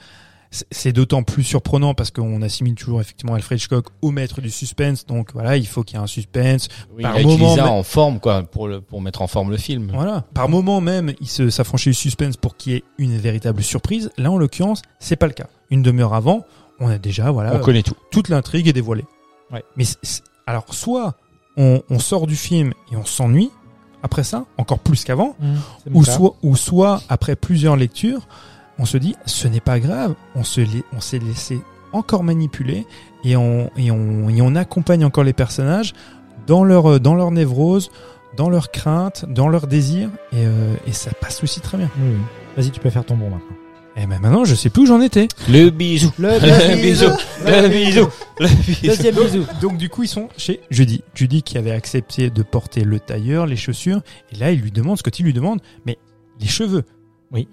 S7: C'est- C'est d'autant plus surprenant parce qu'on assimile toujours effectivement Alfred Hitchcock au maître du suspense, donc voilà, il faut qu'il y ait un suspense.
S5: Oui,
S7: Par
S5: il a utilisé
S7: moment,
S5: ça
S7: mais-
S5: en forme, quoi, pour, le, pour mettre en forme le film.
S7: Voilà. Par moment même, il se- s'affranchit du suspense pour qu'il y ait une véritable surprise. Là, en l'occurrence, c'est pas le cas. Une demi-heure avant, on a déjà, voilà,
S5: On
S7: euh,
S5: connaît tout.
S7: toute l'intrigue est dévoilée.
S6: Ouais.
S7: Mais c'est- c'est- alors, soit on, on sort du film et on s'ennuie après ça, encore plus qu'avant,
S6: C'est mon
S7: ou
S6: cas.
S7: soit, ou soit après plusieurs lectures, on se dit ce n'est pas grave, on se lai- on s'est laissé encore manipuler et on et on et on accompagne encore les personnages dans leur euh, dans leur névrose, dans leurs craintes, dans leurs désirs et, euh, et ça passe aussi très bien.
S6: Oui, oui. Vas-y, tu peux faire ton bon maintenant.
S7: Et ben maintenant, je sais plus où j'en étais.
S5: Le bisou.
S6: Le
S5: bisou. Le bisou. Le bisou.
S6: Deuxième bisou.
S7: Donc du coup, ils sont chez Judy. Judy qui avait accepté de porter le tailleur, les chaussures. Et là, il lui demande, Scotty lui demande, mais les cheveux.
S6: Oui.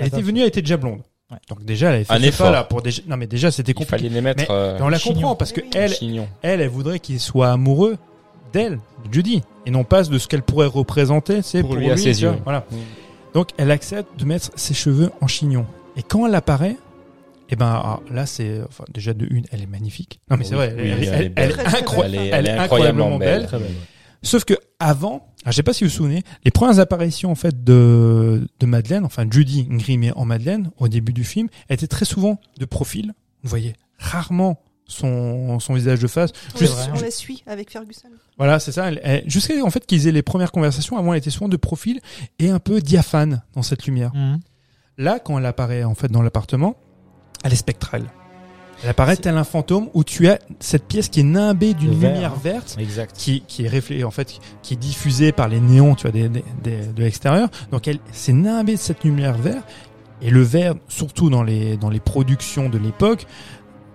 S7: Elle était venue, elle était déjà blonde.
S6: Ouais.
S7: Donc déjà, elle avait fait
S5: Un
S7: ce
S5: effort.
S7: pas là pour déjà. Non mais déjà, c'était
S5: Il
S7: compliqué.
S5: fallait les mettre. euh,
S7: Mais- Et on la
S6: Chignon.
S7: comprend parce que
S8: Oui, oui.
S7: elle,
S5: Chignon.
S7: elle, elle voudrait qu'il soit amoureux d'elle, de Judy, et non pas de ce qu'elle pourrait représenter, c'est
S5: Pour
S7: pour,
S5: lui, à ses
S7: tu vois,
S5: yeux.
S7: Voilà. Donc elle accepte de mettre ses cheveux en chignon. Et quand elle apparaît, eh ben ah, là c'est enfin, déjà de une, elle est magnifique. Non mais
S5: Oui,
S7: c'est vrai,
S5: Bah oui,
S7: elle,
S5: elle est
S7: elle-
S5: belle.
S7: elle est incroyable.
S5: Elle est,
S7: Elle est incroyablement belle.
S5: Très belle.
S7: Sauf que avant, ah, je sais pas si vous vous souvenez, les premières apparitions en fait de, de Madeleine, enfin Judy grimée en Madeleine au début du film, elle était très souvent de profil. Vous voyez rarement son, son visage de face.
S8: On,
S7: Juste-
S8: la, on la suit avec Ferguson.
S7: voilà, c'est ça. Elle- elle- Jusqu'à en fait qu'ils aient les premières conversations, avant elle était souvent de profil et un peu diaphane dans cette lumière. Là, quand elle apparaît en fait dans l'appartement, elle est spectrale. Elle apparaît tel un fantôme où tu as cette pièce qui est nimbée d'une
S6: Le vert,
S7: lumière
S6: hein.
S7: verte
S6: Exact.
S7: qui, qui est réflé, en fait, qui est diffusée par les néons, tu vois, des, des- des- de l'extérieur. Donc elle s'est nimbée de cette lumière verte. Et le vert, surtout dans les, dans les productions de l'époque,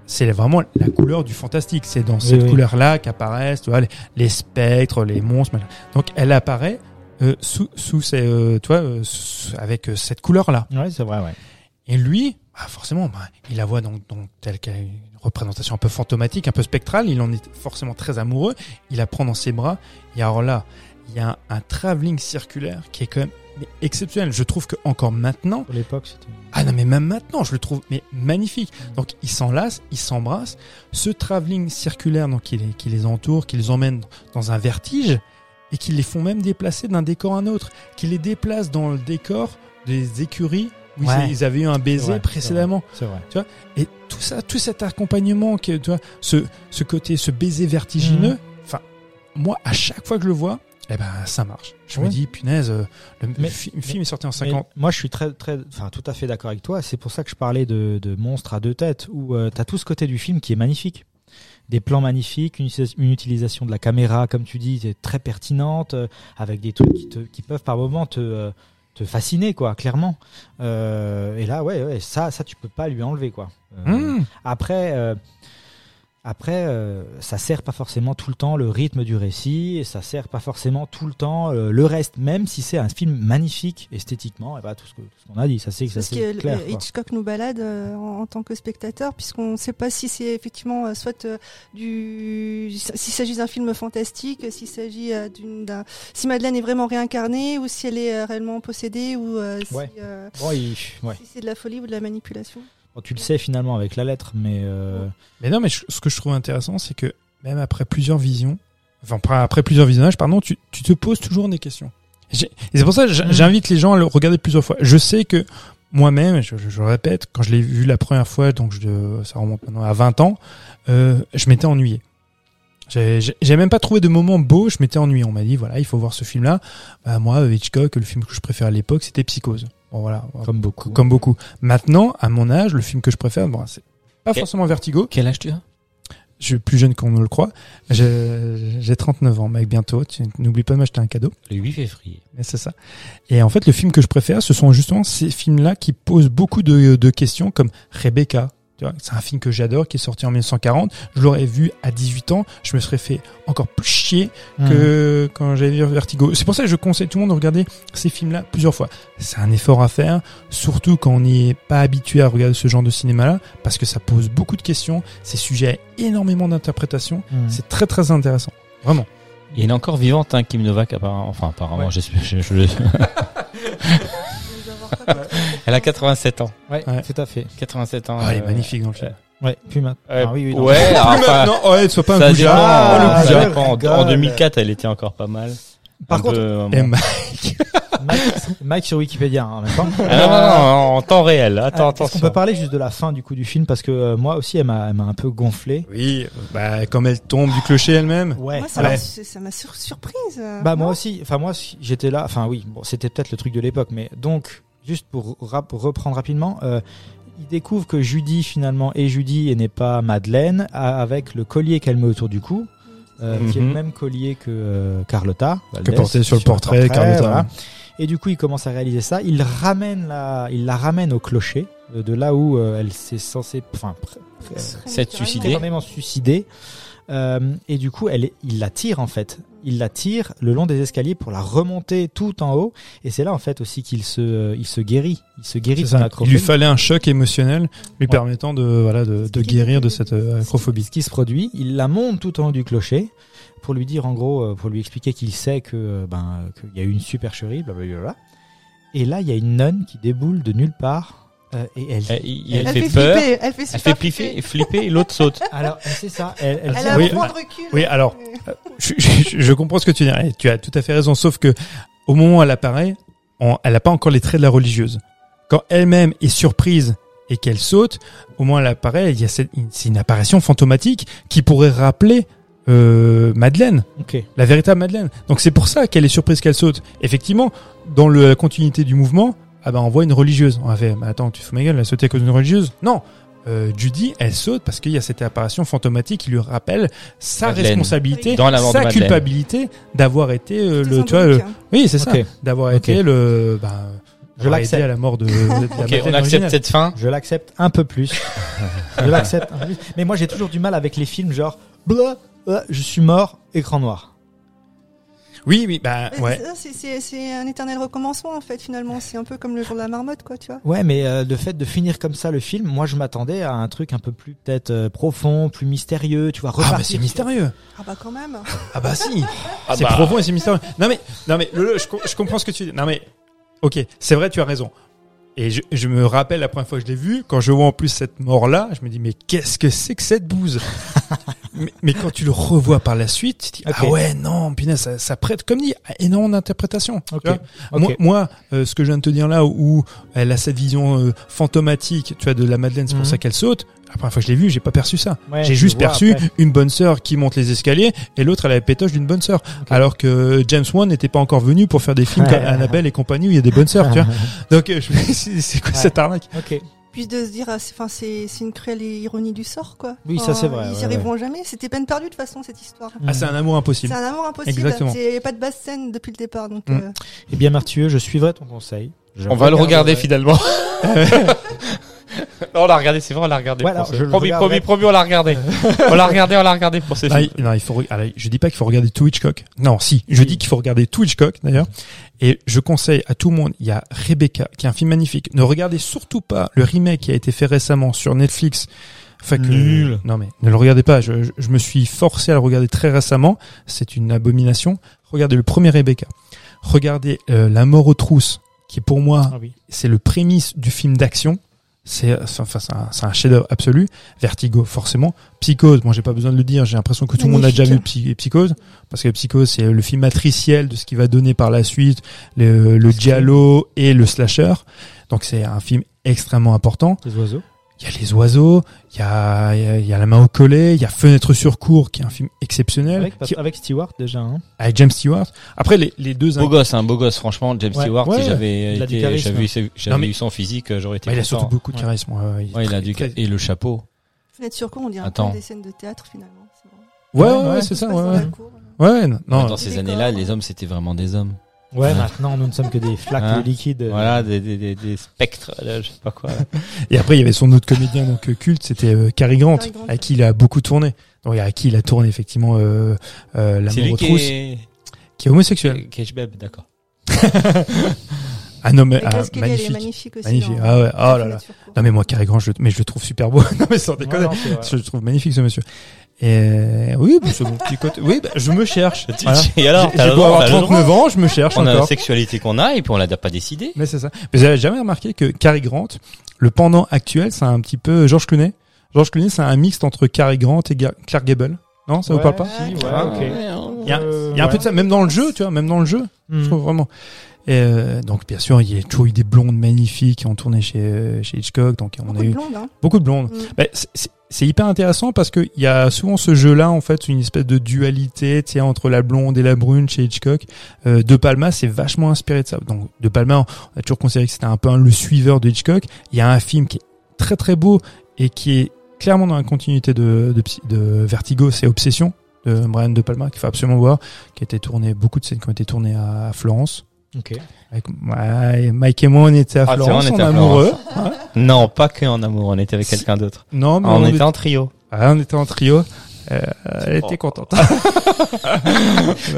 S7: c'est vraiment la couleur du fantastique. C'est dans cette
S6: oui.
S7: couleur-là qu'apparaissent, tu vois, les, les spectres, les monstres. machin. Donc elle apparaît euh, sous, sous ces, euh, tu vois, euh, sous- avec euh, cette couleur-là.
S6: Ouais, c'est vrai, ouais.
S7: Et lui, bah, forcément, bah, il la voit donc, donc telle qu'elle a une représentation un peu fantomatique, un peu spectrale. Il en est forcément très amoureux. Il la prend dans ses bras. Et alors là, il y a un, travelling circulaire qui est quand même mais, exceptionnel. Je trouve que encore maintenant,
S6: Pour l'époque, c'était.
S7: ah non mais même maintenant, je le trouve mais magnifique.
S6: Mm.
S7: Donc ils s'enlacent, ils s'embrassent. Ce travelling circulaire donc qui les, qui les entoure, qui les emmène dans un vertige et qui les font même déplacer d'un décor à un autre, qui les déplace dans le décor des écuries où ils-
S6: Ouais.
S7: ils, avaient eu un baiser
S6: vrai,
S7: précédemment.
S6: C'est vrai.
S7: Et tout ça, tout cet accompagnement, qui, est, tu vois, ce, ce côté, ce baiser vertigineux,
S6: Mhm.
S7: enfin, moi, à chaque fois que je le vois, eh ben, ça marche. Je
S6: Ouais.
S7: me dis, punaise, euh, le,
S6: Mais-
S7: le fi- le film est sorti en
S6: Mais
S7: 50.
S6: Moi, je suis très, très, enfin, tout à fait d'accord avec toi. C'est pour ça que je parlais de, de monstres à deux têtes, où tu as tout ce côté du film qui est magnifique. Des plans magnifiques, une, utilis- une utilisation de la caméra, comme tu dis, est très pertinente, euh, avec des trucs qui, te- qui peuvent par moments te, euh, te fasciner, quoi, clairement. Euh, et là, ouais, ouais, ça, ça, tu peux pas lui enlever, quoi. Euh,
S7: Mhm.
S6: Après, euh, après, euh, ça sert pas forcément tout le temps le rythme du récit, et ça sert pas forcément tout le temps euh, le reste, même si c'est un film magnifique esthétiquement, et bah, tout ce que- tout ce qu'on a dit, ça c'est ça,
S8: Parce
S6: c'est
S8: que
S6: clair.
S8: euh,
S6: quoi.
S8: Hitchcock nous balade euh, en, en tant que spectateur, puisqu'on ne sait pas si c'est effectivement euh, soit euh, du, s'il s'agit d'un film fantastique, euh, s'il s'agit euh, d'une, d'un, si Madeleine est vraiment réincarnée ou si elle est euh, réellement possédée ou euh, si,
S6: Ouais.
S8: euh,
S6: Bon, il- ouais.
S8: si c'est de la folie ou de la manipulation.
S6: Bon, tu le sais finalement avec la lettre, mais euh,
S7: Mais non, mais je- ce que je trouve intéressant, c'est que même après plusieurs visions, enfin, après- après plusieurs visionnages, pardon, tu, tu te poses toujours des questions. J'ai- Et c'est pour ça que j'-
S6: Mhm.
S7: j'invite les gens à le regarder plusieurs fois. Je sais que moi-même, je, je- je le répète, quand je l'ai vu la première fois, donc je- ça remonte maintenant à 20 ans, euh, je m'étais ennuyé. J'ai j'ai- j'ai même pas trouvé de moment beau, je m'étais ennuyé. On m'a dit, voilà, il faut voir ce film-là. Bah, moi, euh, Hitchcock, le film que je préfère à l'époque, c'était Psychose. Bon, voilà.
S6: comme beaucoup.
S7: Oh, Comme beaucoup. Maintenant, à mon âge, le film que je préfère, bon, c'est pas
S5: Et-
S7: forcément Vertigo.
S5: Quel âge tu as
S7: Je suis plus jeune qu'on ne le croit. Je- J'ai 39 ans, mec, bientôt. Tu n'oublies pas de m'acheter un cadeau.
S5: Le 8 février.
S7: Mais c'est ça. Et en fait, le film que je préfère, ce sont justement ces films-là qui posent beaucoup de, de questions, comme Rebecca. Tu vois, C'est un film que j'adore, qui est sorti en 1940. Je l'aurais vu à 18 ans. Je me serais fait encore plus chier que quand j'avais vu Vertigo. C'est pour ça que je conseille tout le monde de regarder ces films-là plusieurs fois. C'est un effort à faire, surtout quand on n'est pas habitué à regarder ce genre de cinéma-là, parce que ça pose beaucoup de questions. C'est sujet à énormément d'interprétations.
S6: Mmh.
S7: C'est très très intéressant. Vraiment.
S5: Et elle est encore vivante, hein, Kim Novak, apparemment. Enfin, apparemment,
S7: Ouais.
S5: j'espère- je- je- je-
S8: Nous avons pas compris.
S5: Elle a 87 ans.
S6: Ouais,
S7: Ouais.
S6: tout à fait.
S5: 87 ans.
S7: Ah, elle est
S5: euh,
S7: magnifique dans le film.
S6: Ouais, puis maintenant.
S5: euh,
S6: Ah oui, oui, non.
S5: ouais, enfin,
S7: non, ouais, sois pas
S5: ça
S7: un
S5: dépend, hein.
S7: goujat.
S6: Ah,
S5: ça
S6: je
S5: dépend. En- En
S6: rigole.
S5: 2004, elle était encore pas mal.
S6: Par
S5: Un
S6: contre,
S5: peu, euh,
S7: Eh,
S5: bon.
S7: ma-
S6: Mike, Mike sur Wikipédia hein, en même temps.
S5: Ah, non, non, non, en temps réel. Attends,
S6: Ah, Est-ce qu'on
S5: attention.
S6: peut parler juste de la fin du coup du film parce que euh, moi aussi elle m'a elle m'a un peu gonflé.
S7: Oui, bah, comme elle tombe du clocher elle-même.
S6: Ouais.
S8: Moi, ça
S7: alors-
S8: m'a su- ça m'a sur- surprise. euh,
S6: Bah moi
S8: non
S6: aussi, enfin moi si- j'étais là, enfin oui, bon, c'était peut-être le truc de l'époque, mais donc juste pour rap- reprendre rapidement, euh, il découvre que Judy finalement est Judy et n'est pas Madeleine a- avec le collier qu'elle met autour du cou, euh, qui est
S5: Mhm.
S6: le même collier que euh, Carlotta.
S7: Que
S6: Valdés,
S7: porter sur le portrait, Carlotta.
S6: voilà. Et du coup il commence à réaliser ça, il ramène la, il la ramène au clocher, de, de là où euh, elle s'est censée, enfin, pr- pr-
S5: S'être suicidée.
S6: prétendument suicidée. Euh, et du coup, elle, est- il la tire en fait. Il la tire le long des escaliers pour la remonter tout en haut. Et c'est là en fait aussi qu'il se, euh, il se guérit. Il se guérit
S7: C'est
S6: de
S7: ça.
S6: son
S7: Il lui
S6: acrophobie.
S7: fallait un choc émotionnel lui
S6: Ouais.
S7: permettant de, voilà, de, de guérir de cette euh, acrophobie.
S6: Ce qui se produit, il la monte tout en haut du clocher pour lui dire en gros, euh, pour lui expliquer qu'il sait que euh, ben euh, qu'il y a eu une supercherie, blablabla. Et là, il y a une nonne qui déboule de nulle part euh, et elle.
S5: Elle, il- elle
S6: Elle
S8: Elle,
S5: fait,
S8: fait,
S5: peur,
S8: flipper. Elle fait,
S5: elle
S8: super
S5: fait flipper, flipper et l'autre saute.
S6: Alors, c'est ça. Elle, elle-
S8: Elle a
S7: Oui. ah,
S8: un moment de recul. Euh,
S7: Oui, alors, je, je- je comprends ce que tu dis. Et tu as tout à fait raison, sauf que au moment où elle apparaît, on- elle n'a pas encore les traits de la religieuse. Quand elle-même est surprise et qu'elle saute, au moment où elle apparaît, il y a cette- c'est une apparition fantomatique qui pourrait rappeler euh, Madeleine,
S6: Ok.
S7: la véritable Madeleine. Donc c'est pour ça qu'elle est surprise qu'elle saute. Effectivement, dans le- la continuité du mouvement, ah ben on voit une religieuse. On a fait, mais attends, tu fous ma gueule, elle a sauté à cause d'une religieuse Non euh, Judy, elle saute parce qu'il y a cette apparition fantomatique qui lui rappelle sa
S5: Madeleine.
S7: responsabilité,
S5: Dans la mort de
S7: sa
S5: Madeleine.
S7: culpabilité d'avoir été euh, le,
S8: C'était
S7: tu vois, le-
S8: symbolique, hein.
S7: oui c'est ça,
S6: Ok.
S7: d'avoir
S6: Ok.
S7: été le, ben,
S6: Je
S7: d'avoir
S6: l'accepte.
S7: aidé à la mort de, de la
S5: Ok,
S7: Madeleine
S5: on
S7: originale.
S5: accepte cette fin.
S6: Je l'accepte un peu plus. je l'accepte un peu plus. Mais moi, j'ai toujours du mal avec les films genre, Blah, blah, je suis mort, écran noir.
S7: Oui, oui, bah
S8: Mais
S7: ouais.
S8: ça, c'est- C'est c'est un éternel recommencement en fait finalement. C'est un peu comme le jour de la marmotte quoi, tu vois.
S6: Ouais, mais euh, le fait de finir comme ça le film, moi, je m'attendais à un truc un peu plus peut-être euh, profond, plus mystérieux, tu vois,
S7: Ah
S6: repartir.
S7: bah c'est mystérieux.
S8: Ah bah quand même.
S7: Ah bah si.
S5: Ah
S7: c'est
S5: bah.
S7: profond et c'est mystérieux. Non mais, non mais, Lolo, je, com- je comprends ce que tu dis. Non mais, ok, c'est vrai, tu as raison. Et je, je me rappelle la première fois que je l'ai vu, quand je vois en plus cette mort-là, je me dis mais qu'est-ce que c'est que cette bouse mais, mais quand tu le revois par la suite, tu dis
S6: Ok.
S7: ah ouais non, punaise, ça, ça prête comme dit à énorme d'interprétation. tu
S6: Ok.
S7: vois.
S6: Ok.
S7: Moi, moi, euh, ce que je viens de te dire là, où elle a cette vision euh, fantomatique, tu vois, de la Madeleine, c'est pour
S6: Mhm.
S7: ça qu'elle saute. La première fois que je l'ai vue, j'ai pas perçu ça.
S6: Ouais,
S7: j'ai
S6: je
S7: juste
S6: vois
S7: perçu
S6: après.
S7: une bonne sœur qui monte les escaliers et l'autre, elle a la pétoche d'une bonne sœur. Alors que James Wan n'était pas encore venu pour faire des films comme Annabelle et compagnie où il y a des bonnes sœurs, tu vois. Donc, euh, je me dis, c'est c'est quoi
S6: Ouais.
S7: cette arnaque
S6: Ok.
S8: Puis de se dire, ah, c'est enfin, c'est c'est une cruelle ironie du sort quoi.
S6: Oui, ça,
S8: Enfin,
S6: c'est vrai,
S8: Ils y
S6: ouais,
S8: arriveront jamais. C'était peine perdue de toute façon cette histoire.
S6: Mm.
S7: Ah, c'est un amour
S8: C'est
S7: impossible.
S8: un amour impossible.
S7: Exactement.
S8: C'est- Il n'y a pas de basse scène depuis le départ. Donc,
S7: Mm.
S8: euh,
S6: Eh bien, Mathieu, je suivrai ton conseil. Je euh,
S5: On va le regarder
S6: regarderai-
S5: finalement. non, on l'a regardé, c'est vrai, on l'a regardé.
S6: Voilà,
S5: pour ce-
S6: je le
S5: promis, promis,
S6: regarderai.
S5: promis, on l'a regardé. on l'a regardé, on l'a regardé pour ce
S7: Ah,
S5: film.
S7: il- non, il faut. re- alors, je dis pas qu'il faut regarder tout Hitchcock. Non, si. Je dis qu'il faut regarder tout Hitchcock d'ailleurs. Et je conseille à tout le monde. Il y a Rebecca, qui est un film magnifique. Ne regardez surtout pas le remake qui a été fait récemment sur Netflix. Enfin que-
S6: Nul.
S7: Non mais ne le regardez pas. Je, je- je me suis forcé à le regarder très récemment. C'est une abomination. Regardez le premier Rebecca. Regardez euh, La mort aux trousses, qui pour moi
S6: Ah oui.
S7: c'est le prémisse du film d'action. C'est c'est- enfin, c'est un, c'est un chef-d'œuvre absolu. Vertigo, forcément. Psychose, moi j'ai pas besoin de le dire. J'ai l'impression que tout le monde a déjà vu Psy- Psychose, parce que Psychose c'est le film matriciel de ce qui va donner par la suite le, le giallo et le slasher. Donc c'est un film extrêmement important.
S6: Les oiseaux.
S7: Il y a les oiseaux, il y a, il y a- il y a la main au collet, il y a Fenêtre sur cour qui est un film exceptionnel
S6: Avec,
S7: qui-
S6: avec Stewart déjà. Hein.
S7: avec James Stewart. Après les, les deux
S5: Beau gosse, hein, beau gosse, franchement, James
S6: Ouais.
S5: Stewart,
S7: Ouais.
S5: si j'avais
S6: Il a du
S5: été-
S6: charisme.
S5: j'avais eu- j'avais
S7: Non, mais-
S5: eu son physique, euh, j'aurais été
S7: Ouais, Bah, il a
S5: content.
S7: surtout beaucoup de
S6: Ouais.
S7: charisme. ouais, ouais, est
S5: Ouais, il a
S7: très-
S5: du
S7: très-
S5: et le chapeau.
S8: Fenêtre sur cour, on dirait un
S5: Attends.
S8: peu des scènes de théâtre finalement. C'est bon.
S7: Ouais,
S6: Ouais,
S7: ouais,
S6: ouais,
S7: ouais,
S8: Tout
S7: c'est
S8: se
S7: ça.
S8: passe
S7: Ouais,
S8: dans
S7: ouais.
S8: la cour.
S7: Ouais, non, non,
S5: dans ces
S8: Décor.
S5: années-là, les hommes c'était vraiment des hommes.
S6: Ouais, maintenant, nous ne sommes que des flaques
S5: Hein.
S6: de liquide.
S5: Voilà, des, des, des, des spectres, là, je sais pas quoi.
S7: Et après, il y avait son autre comédien donc euh, culte, c'était euh, Cary Grant,
S8: Cary Grant.
S7: à qui il a beaucoup tourné. Donc, à qui il a tourné effectivement euh, euh, La
S5: C'est
S7: mort
S5: lui
S7: aux
S5: qui
S7: trousses,
S5: est,
S7: qui est homosexuel.
S5: qui est Shbeb, d'accord.
S7: Un homme
S8: Mais
S7: ah,
S8: Grace Kelly, elle est
S7: magnifique.
S8: magnifique aussi. hein.
S7: Magnifique.
S8: dans-
S7: Ah ouais,
S8: dans
S7: oh là là.
S8: Fenêtre sur cour.
S7: Non mais moi, Cary Grant, je, le- mais je le trouve super beau. non mais sans déconner.
S6: Ouais, non, c'est vrai.
S7: je le trouve magnifique ce monsieur. Et oui, bah, c'est mon petit côté. Oui, bah, je me cherche. Voilà.
S5: Et alors,
S7: J'ai
S5: t'as
S7: j'ai
S5: le
S7: beau
S5: droit,
S7: avoir
S5: t'as le
S7: 39 ans, je me cherche
S5: droit. on a la
S7: encore.
S5: sexualité qu'on a et puis on l'a pas décidé.
S7: Mais c'est ça. Mais j'avais jamais remarqué que Cary Grant, le pendant actuel, c'est un petit peu George Clooney. George Clooney, c'est un mixte entre Cary Grant et Ga- Clark Gable. Non, ça vous
S6: Ouais,
S7: parle pas
S6: si, ouais,
S7: Ah,
S6: ok.
S7: Il y a,
S6: Euh,
S7: il y a un peu
S6: ouais.
S7: de ça, même dans le jeu, tu vois, même dans le jeu, je
S6: Hmm.
S7: trouve vraiment. Et euh, donc bien sûr, il y a toujours eu des blondes magnifiques qui ont tourné chez euh, chez Hitchcock, donc on
S8: Beaucoup
S7: a
S8: de
S7: eu
S8: blondes, hein.
S7: beaucoup de blondes.
S8: Mm.
S7: Bah, c'est- c'est- c'est hyper intéressant parce que il y a souvent ce jeu-là en fait, une espèce de dualité, tu sais, entre la blonde et la brune chez Hitchcock. Euh, de Palma, c'est vachement inspiré de ça. Donc De Palma, on a toujours considéré que c'était un peu un- le suiveur de Hitchcock. Il y a un film qui est très très beau et qui est clairement dans la continuité de de, Psy- de Vertigo, c'est Obsession de Brian De Palma qu'il faut absolument voir, qui a été tourné beaucoup de scènes qui ont été tournées à, à Florence.
S6: Ok.
S7: Avec- ouais, Mike et moi, on était à
S5: Ah, c'est vrai,
S7: Florence,
S5: on
S7: on,
S5: était à
S7: amoureux.
S5: Non, pas que en amour, on était avec
S7: Si.
S5: quelqu'un d'autre.
S7: Non, mais
S5: Ah, on
S7: on,
S5: était
S7: était...
S5: en trio.
S7: ah, on était en trio. Euh, elle était contente.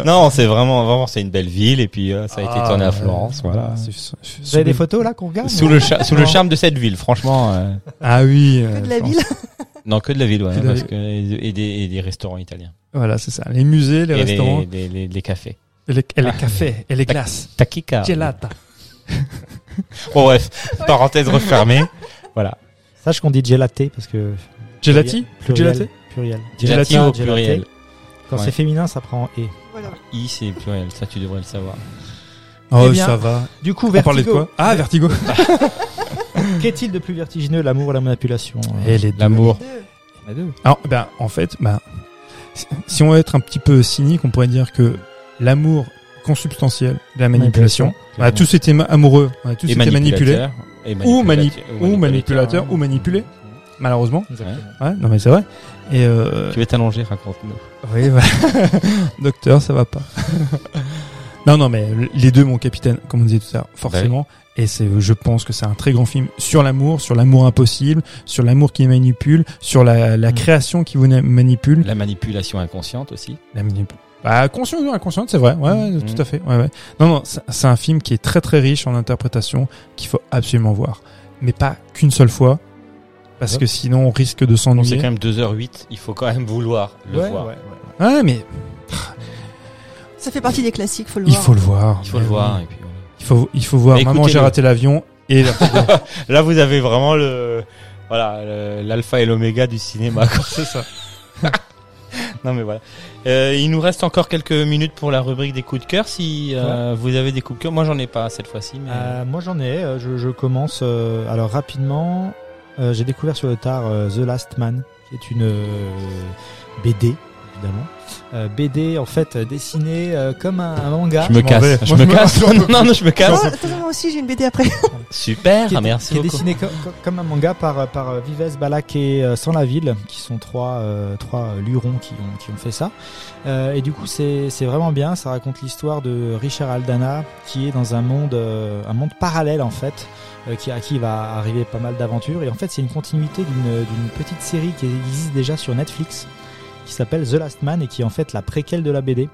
S5: Non, c'est vraiment, vraiment, c'est une belle ville et puis euh, ça a été
S7: Ah,
S5: tourné à
S7: euh,
S5: Florence, voilà.
S7: c'est- c'est- c'est-
S6: Vous avez des
S7: sous le-
S6: photos là qu'on regarde
S5: Sous le, cha- sous le
S6: Non.
S5: charme de cette ville, franchement. euh,
S7: Ah oui.
S8: Que
S7: euh,
S8: de la
S7: Florence.
S8: ville.
S5: non, que de la ville, ouais, hein,
S7: Que de la
S5: parce
S7: ville.
S5: que, et, des, et des restaurants italiens.
S7: Voilà, c'est ça. Les musées, les
S5: et les- Ah.
S7: restaurants,
S5: les, les- les cafés.
S7: et les, et les cafés, et les glaces.
S5: Takika.
S7: Gelata.
S5: Bon, bref, parenthèse refermée. voilà.
S6: Sache qu'on dit gelaté parce que
S7: Gelati
S6: pluriel.
S7: Gelaté
S6: pluriel.
S5: Gelati
S7: Gelatin,
S5: au
S6: gelaté.
S5: pluriel.
S6: Quand
S5: Ouais.
S6: c'est féminin, ça prend E. et.
S8: Voilà.
S5: I, c'est pluriel. Ça, tu devrais le savoir.
S7: Oh,
S6: Eh bien,
S7: ça va.
S6: Du coup,
S7: On parlait de
S6: vertigo.
S7: quoi Ah, Vertigo.
S6: Qu'est-il de plus vertigineux, l'amour ou la manipulation euh,
S7: Et les deux.
S5: L'amour.
S8: Deux.
S7: Alors, ben, en fait, ben, si on veut être un petit peu cynique, on pourrait dire que l'amour consubstantiel de la manipulation, Bah, on a tous été ma- amoureux, on a tous été manipulés, Ou ou manipulateur, ou manipulé, malheureusement. Ouais, non mais c'est vrai. Et euh,
S5: Tu vas t'allonger, raconte-nous.
S7: oui, bah, docteur, ça va pas. non, non, mais les deux, mon capitaine, comme on disait tout à l'heure, forcément. Et c'est, je pense que c'est un très grand film sur l'amour, sur l'amour impossible, sur l'amour qui manipule, sur la, la
S6: Mm.
S7: création qui vous na- manipule.
S5: La manipulation inconsciente aussi.
S7: La manip- Bah, consciente ou inconsciente, c'est vrai. Ouais, ouais,
S5: Mhm.
S7: tout à fait. Ouais, ouais. Non, non, c'est c'est un film qui est très très riche en interprétation qu'il faut absolument voir, mais pas qu'une seule fois, parce
S6: Ouais.
S7: que sinon on risque de
S5: Bon, c'est quand
S7: s'ennuyer.
S5: même 2h08, il faut quand même vouloir le
S6: Ouais,
S5: voir.
S6: ouais, ouais.
S7: Ouais, mais
S8: Ça fait partie des classiques, faut le
S7: il
S8: voir.
S7: faut le voir.
S5: Il faut le
S7: Mais
S5: voir.
S7: oui.
S5: et puis voilà.
S7: Il faut, il faut voir.
S5: Mais
S7: Maman, j'ai
S5: écoutez-le.
S7: raté l'avion et la-
S5: Là, vous avez vraiment le. Voilà, le- l'alpha et l'oméga du cinéma. quoi.
S7: c'est ça.
S5: non, mais voilà. Euh, il nous reste encore quelques minutes pour la rubrique des coups de cœur. Si euh, vous avez des coups de cœur, moi j'en ai pas cette fois-ci. Mais...
S6: Euh, moi j'en ai, euh, je, je commence euh, alors rapidement. euh, j'ai découvert sur le tard euh, The Last Man, qui est une euh, BD évidemment. Euh, BD en fait euh, dessinée euh, comme un, un manga.
S5: Ah, je me
S7: m'en
S5: casse.
S7: vais.
S5: Je me
S7: Moi, je me
S5: casse.
S7: rends.
S5: Non, non, je me
S8: Oh,
S5: casse.
S8: attends, moi aussi j'ai une BD après.
S5: Super,
S6: qui est,
S5: merci
S6: qui est
S5: beaucoup.
S6: dessiné co- co- comme un manga par, euh, par euh, Vives, Balak et euh, Sans la Ville, qui sont trois, euh, trois euh, lurons qui ont, qui ont fait ça. Euh, et du coup, c'est c'est vraiment bien. Ça raconte l'histoire de Richard Aldana, qui est dans un monde, euh, un monde parallèle en fait, euh, qui, à qui va arriver pas mal d'aventures. Et en fait, c'est une continuité d'une d'une petite série qui existe déjà sur Netflix qui s'appelle The Last Man et qui est en fait la préquelle de la BD.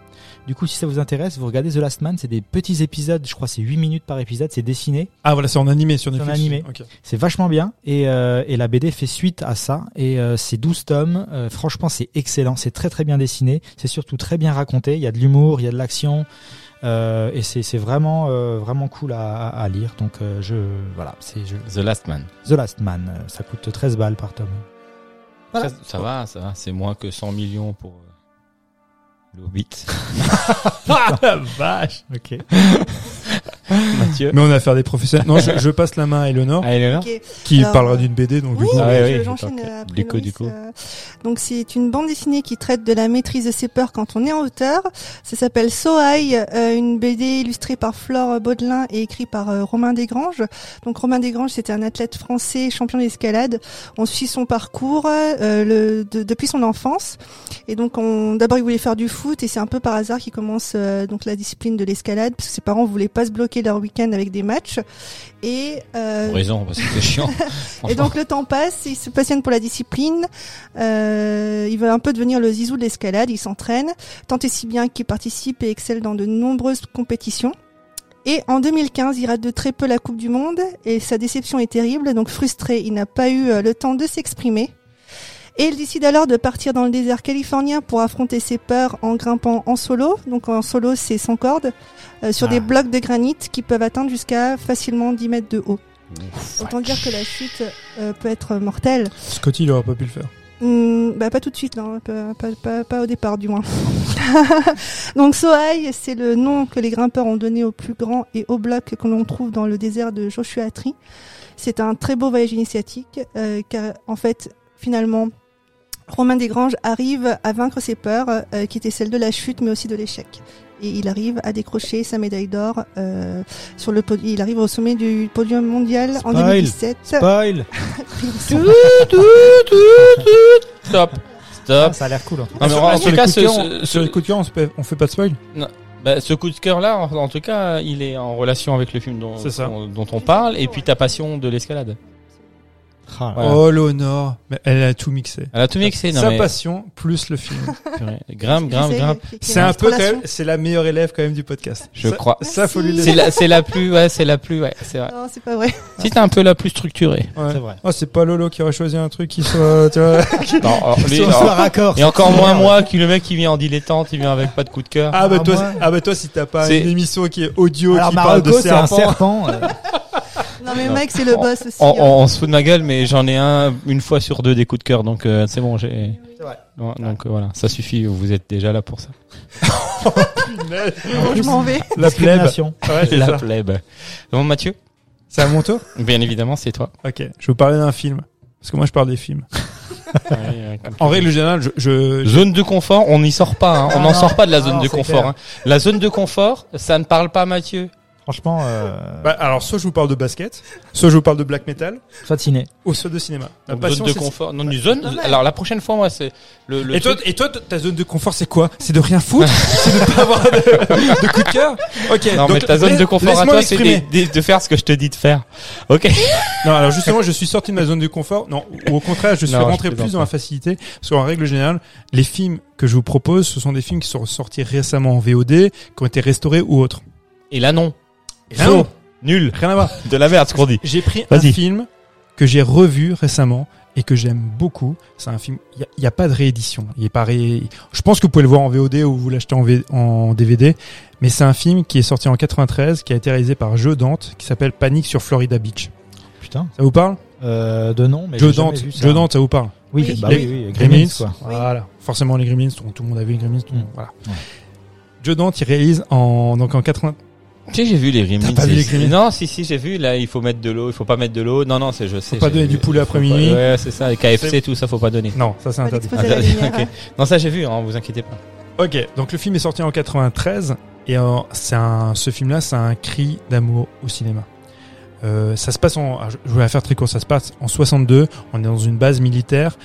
S6: Du coup, si ça vous intéresse, vous regardez The Last Man, c'est des petits épisodes, je crois c'est 8 minutes par épisode, c'est dessiné
S7: Ah voilà, c'est en animé sur
S6: C'est en
S7: Netflix.
S6: animé.
S7: Ok.
S6: c'est vachement bien et, euh, et la BD fait suite à ça et euh, c'est 12 tomes. Euh, franchement, c'est excellent, c'est très très bien dessiné, c'est surtout très bien raconté, il y a de l'humour, il y a de l'action euh, et c'est c'est vraiment euh, vraiment cool à, à- à lire. Donc euh, je voilà, c'est je-
S5: The Last Man.
S6: The Last Man, euh, ça coûte 13 balles par tome. Voilà.
S5: Ça, ça va, ça va. C'est moins que 100 millions pour euh, le Hobbit.
S7: Ah la vache.
S6: OK.
S5: Mathieu.
S7: Mais on a affaire à des professionnels. Non, je, je passe la main à Eleonore
S5: Allez, Léonard.
S8: Ok.
S7: qui
S8: Alors,
S7: parlera d'une BD. Donc du
S8: Oui,
S7: coup,
S5: Ah ouais,
S8: je-
S5: oui,
S8: j'enchaîne
S5: d'accord.
S8: après
S5: Du coup,
S8: Loris,
S5: du coup.
S8: euh, donc c'est une bande dessinée qui traite de la maîtrise de ses peurs quand on est en hauteur. Ça s'appelle So High, euh, une BD illustrée par Flore Baudelin et écrite par euh, Romain Desgranges. Donc Romain Desgranges, c'était un athlète français champion d'escalade. On suit son parcours euh, le, de- depuis son enfance. Et donc on d'abord il voulait faire du foot et c'est un peu par hasard qu'il commence euh, donc la discipline de l'escalade parce que ses parents voulaient pas se bloquer leur week-end avec des matchs. Et euh,
S5: Pour raison, parce que c'est chiant.
S8: et
S5: Franchement.
S8: donc le temps passe, il se passionne pour la discipline, euh, il veut un peu devenir le zizou de l'escalade, il s'entraîne, tant et si bien qu'il participe et excelle dans de nombreuses compétitions. Et en 2015, il rate de très peu la Coupe du Monde et sa déception est terrible, donc frustré, il n'a pas eu euh, le temps de s'exprimer. Et il décide alors de partir dans le désert californien pour affronter ses peurs en grimpant en solo. Donc en solo, c'est sans corde, euh, sur
S7: Ah.
S8: des blocs de granit qui peuvent atteindre jusqu'à facilement 10 mètres de haut.
S5: Ouf.
S8: Autant dire que la chute euh, peut être mortelle.
S7: Scotty, il aurait pas pu le faire.
S8: Hmm, bah, pas tout de suite, non, pas, pas- pas- pas au départ du moins. Donc Sohai, c'est le nom que les grimpeurs ont donné au plus grand et au bloc que l'on trouve dans le désert de Joshua Tree. C'est un très beau voyage initiatique euh, car en fait finalement Romain Desgranges arrive à vaincre ses peurs euh, qui étaient celles de la chute mais aussi de l'échec. Et il arrive à décrocher sa médaille d'or euh, sur le pod- il arrive au sommet du podium mondial en
S6: Spoil.
S8: 2017.
S6: Spoil.
S5: Stop.
S6: Ah,
S5: Stop.
S6: ça a l'air cool. en tout cas.
S5: Non, mais en
S7: sur
S5: tout
S7: les
S5: cas,
S6: Ah,
S7: coups
S5: ce-
S7: de cœur,
S5: ce-
S7: on- sur les coups de cœur, on se fait- on fait pas de spoil.
S5: Bah, ce coup de cœur-là, en, en tout cas, il est en relation avec le film dont,
S7: C'est ça.
S5: dont, dont on parle, et puis ta passion de l'escalade.
S6: Ah,
S5: Voilà.
S7: Oh, Léonore. Mais elle a tout mixé.
S5: Elle a tout mixé, non
S7: Sa
S5: mais
S7: passion plus le film.
S5: purée. grimpe, grimpe,
S8: C'est-
S5: grimpe.
S8: qui- qui
S7: C'est
S8: a
S7: un
S8: une
S7: peu quand
S8: relation.
S7: même, c'est la meilleure élève quand même du podcast.
S5: Je
S7: Ça-
S5: crois.
S7: Ça, faut lui
S5: C'est
S8: Merci.
S7: laisser.
S5: la, c'est la plus, ouais, c'est la plus, ouais, c'est vrai.
S8: Non, c'est pas vrai.
S5: Si t'es un peu la plus structurée.
S7: Ouais.
S6: C'est vrai.
S7: Oh, c'est pas Lolo qui aurait choisi un truc qui soit, tu vois.
S5: Non, alors, lui,
S6: Qu'on
S5: alors-
S6: soit raccord.
S5: et encore moins moi qui le mec qui vient en dilettante, il vient avec pas de coup de cœur.
S7: Ah, bah,
S6: Ah,
S7: toi,
S6: moi.
S7: ah, bah, toi, si t'as pas
S5: C'est-
S7: une émission qui est audio,
S6: Alors
S7: qui parle de
S6: Marocco, c'est un
S7: serpent.
S6: serpent. euh,
S8: Non, mais
S5: Non.
S8: mec, c'est le boss aussi.
S5: On,
S8: hein.
S5: on- on se fout de ma gueule, mais j'en ai un une fois sur deux des coups de cœur, donc euh, c'est bon, j'ai.
S6: C'est vrai.
S5: Ouais, donc euh, voilà, ça suffit. Vous êtes déjà là pour ça.
S8: Bon, je m'en vais.
S7: La plèbe.
S6: discrimination.
S7: Ouais, c'est
S5: la
S7: ça.
S5: plèbe. Bon Mathieu,
S7: C'est à mon tour?
S5: bien évidemment, c'est toi.
S7: Ok. Je vais vous parler d'un film. Parce que moi, je parle des films. En règle générale, je, je-
S5: Zone de confort, on n'y sort pas. hein. On
S6: Non,
S5: n'en
S6: non.
S5: sort pas de la
S6: Non,
S5: zone
S6: non,
S5: de
S6: c'est
S5: confort.
S6: clair.
S5: hein. La zone de confort, ça ne parle pas à Mathieu.
S6: Franchement, euh,
S7: bah, alors, soit je vous parle de basket, soit je vous parle de black metal,
S6: fatiné.
S7: ou soit de cinéma. La
S5: Donc,
S7: passion,
S5: zone de
S7: c'est-
S5: confort. Non, une zone. Alors la prochaine fois, moi, c'est le. le
S7: Et toi,
S5: truc-
S7: et toi, ta zone de confort, c'est quoi C'est de rien foutre C'est de pas avoir de, de coup de cœur Ok.
S5: non,
S7: donc,
S5: mais ta zone
S7: laisse-
S5: de confort à
S7: laisse-moi
S5: toi, c'est
S7: m'exprimer.
S5: des- des- de faire ce que je te dis de faire. Ok.
S7: Non, alors justement, je suis sorti de ma zone de confort. Non, ou au contraire, je suis
S5: Non, je
S7: rentré
S5: plaisante
S7: plus dans
S5: pas.
S7: la facilité. Parce qu'en règle générale, les films que je vous propose, ce sont des films qui sont sortis récemment en VOD, qui ont été restaurés ou autres.
S5: Et là, non.
S7: Et là, non.
S5: Nul.
S7: Rien à voir.
S5: De la merde, ce qu'on dit.
S7: J'ai pris un
S5: Vas-y.
S7: film que j'ai revu récemment et que j'aime beaucoup. C'est un film. Il n'y a, pas de réédition. Il est pas ré- Je pense que vous pouvez le voir en VOD ou vous l'achetez en, V- en DVD. Mais c'est un film qui est sorti en 93, qui a été réalisé par Joe Dante, qui s'appelle Panique sur Florida Beach.
S6: Putain.
S7: Ça vous parle
S6: Euh, de nom, mais
S7: Joe
S6: j'ai jamais
S7: Dante.
S6: vu ça.
S7: Joe Dante, ça vous parle
S6: Oui,
S8: Oui.
S6: bah
S7: Les-
S6: oui, oui.
S7: Gremlins,
S6: Gremlins, quoi.
S7: Voilà. Forcément, les Gremlins, tout, tout le monde a vu les Gremlins. Tout le monde-
S6: Mm.
S7: Voilà.
S6: Ouais.
S7: Joe Dante, il réalise en, donc en 80.
S5: Tu sais, j'ai vu les Gremlins.
S7: T'as pas vu
S5: c'est-
S7: les Gremlins
S5: Non, si, si, j'ai vu. Là, il faut mettre de l'eau, il faut pas mettre de l'eau. Non, non, c'est je sais.
S7: Faut pas
S5: j'ai
S7: donner
S5: vu.
S7: du poulet
S5: Faut
S7: après
S5: pas-
S7: minuit.
S5: Ouais, c'est ça. Les KFC,
S7: C'est-
S5: tout ça, faut pas donner.
S7: Non, ça c'est
S8: Faut
S7: interdit.
S8: l'exposer à la lumière.
S5: Ok. Non, ça, j'ai vu. Hein, vous inquiétez pas.
S7: Ok, donc le film est sorti en 93 et euh, c'est un, ce film-là, c'est un cri d'amour au cinéma. Euh, ça se passe en, ah, je je vais la faire très court, ça se passe en 62. On est dans une base militaire.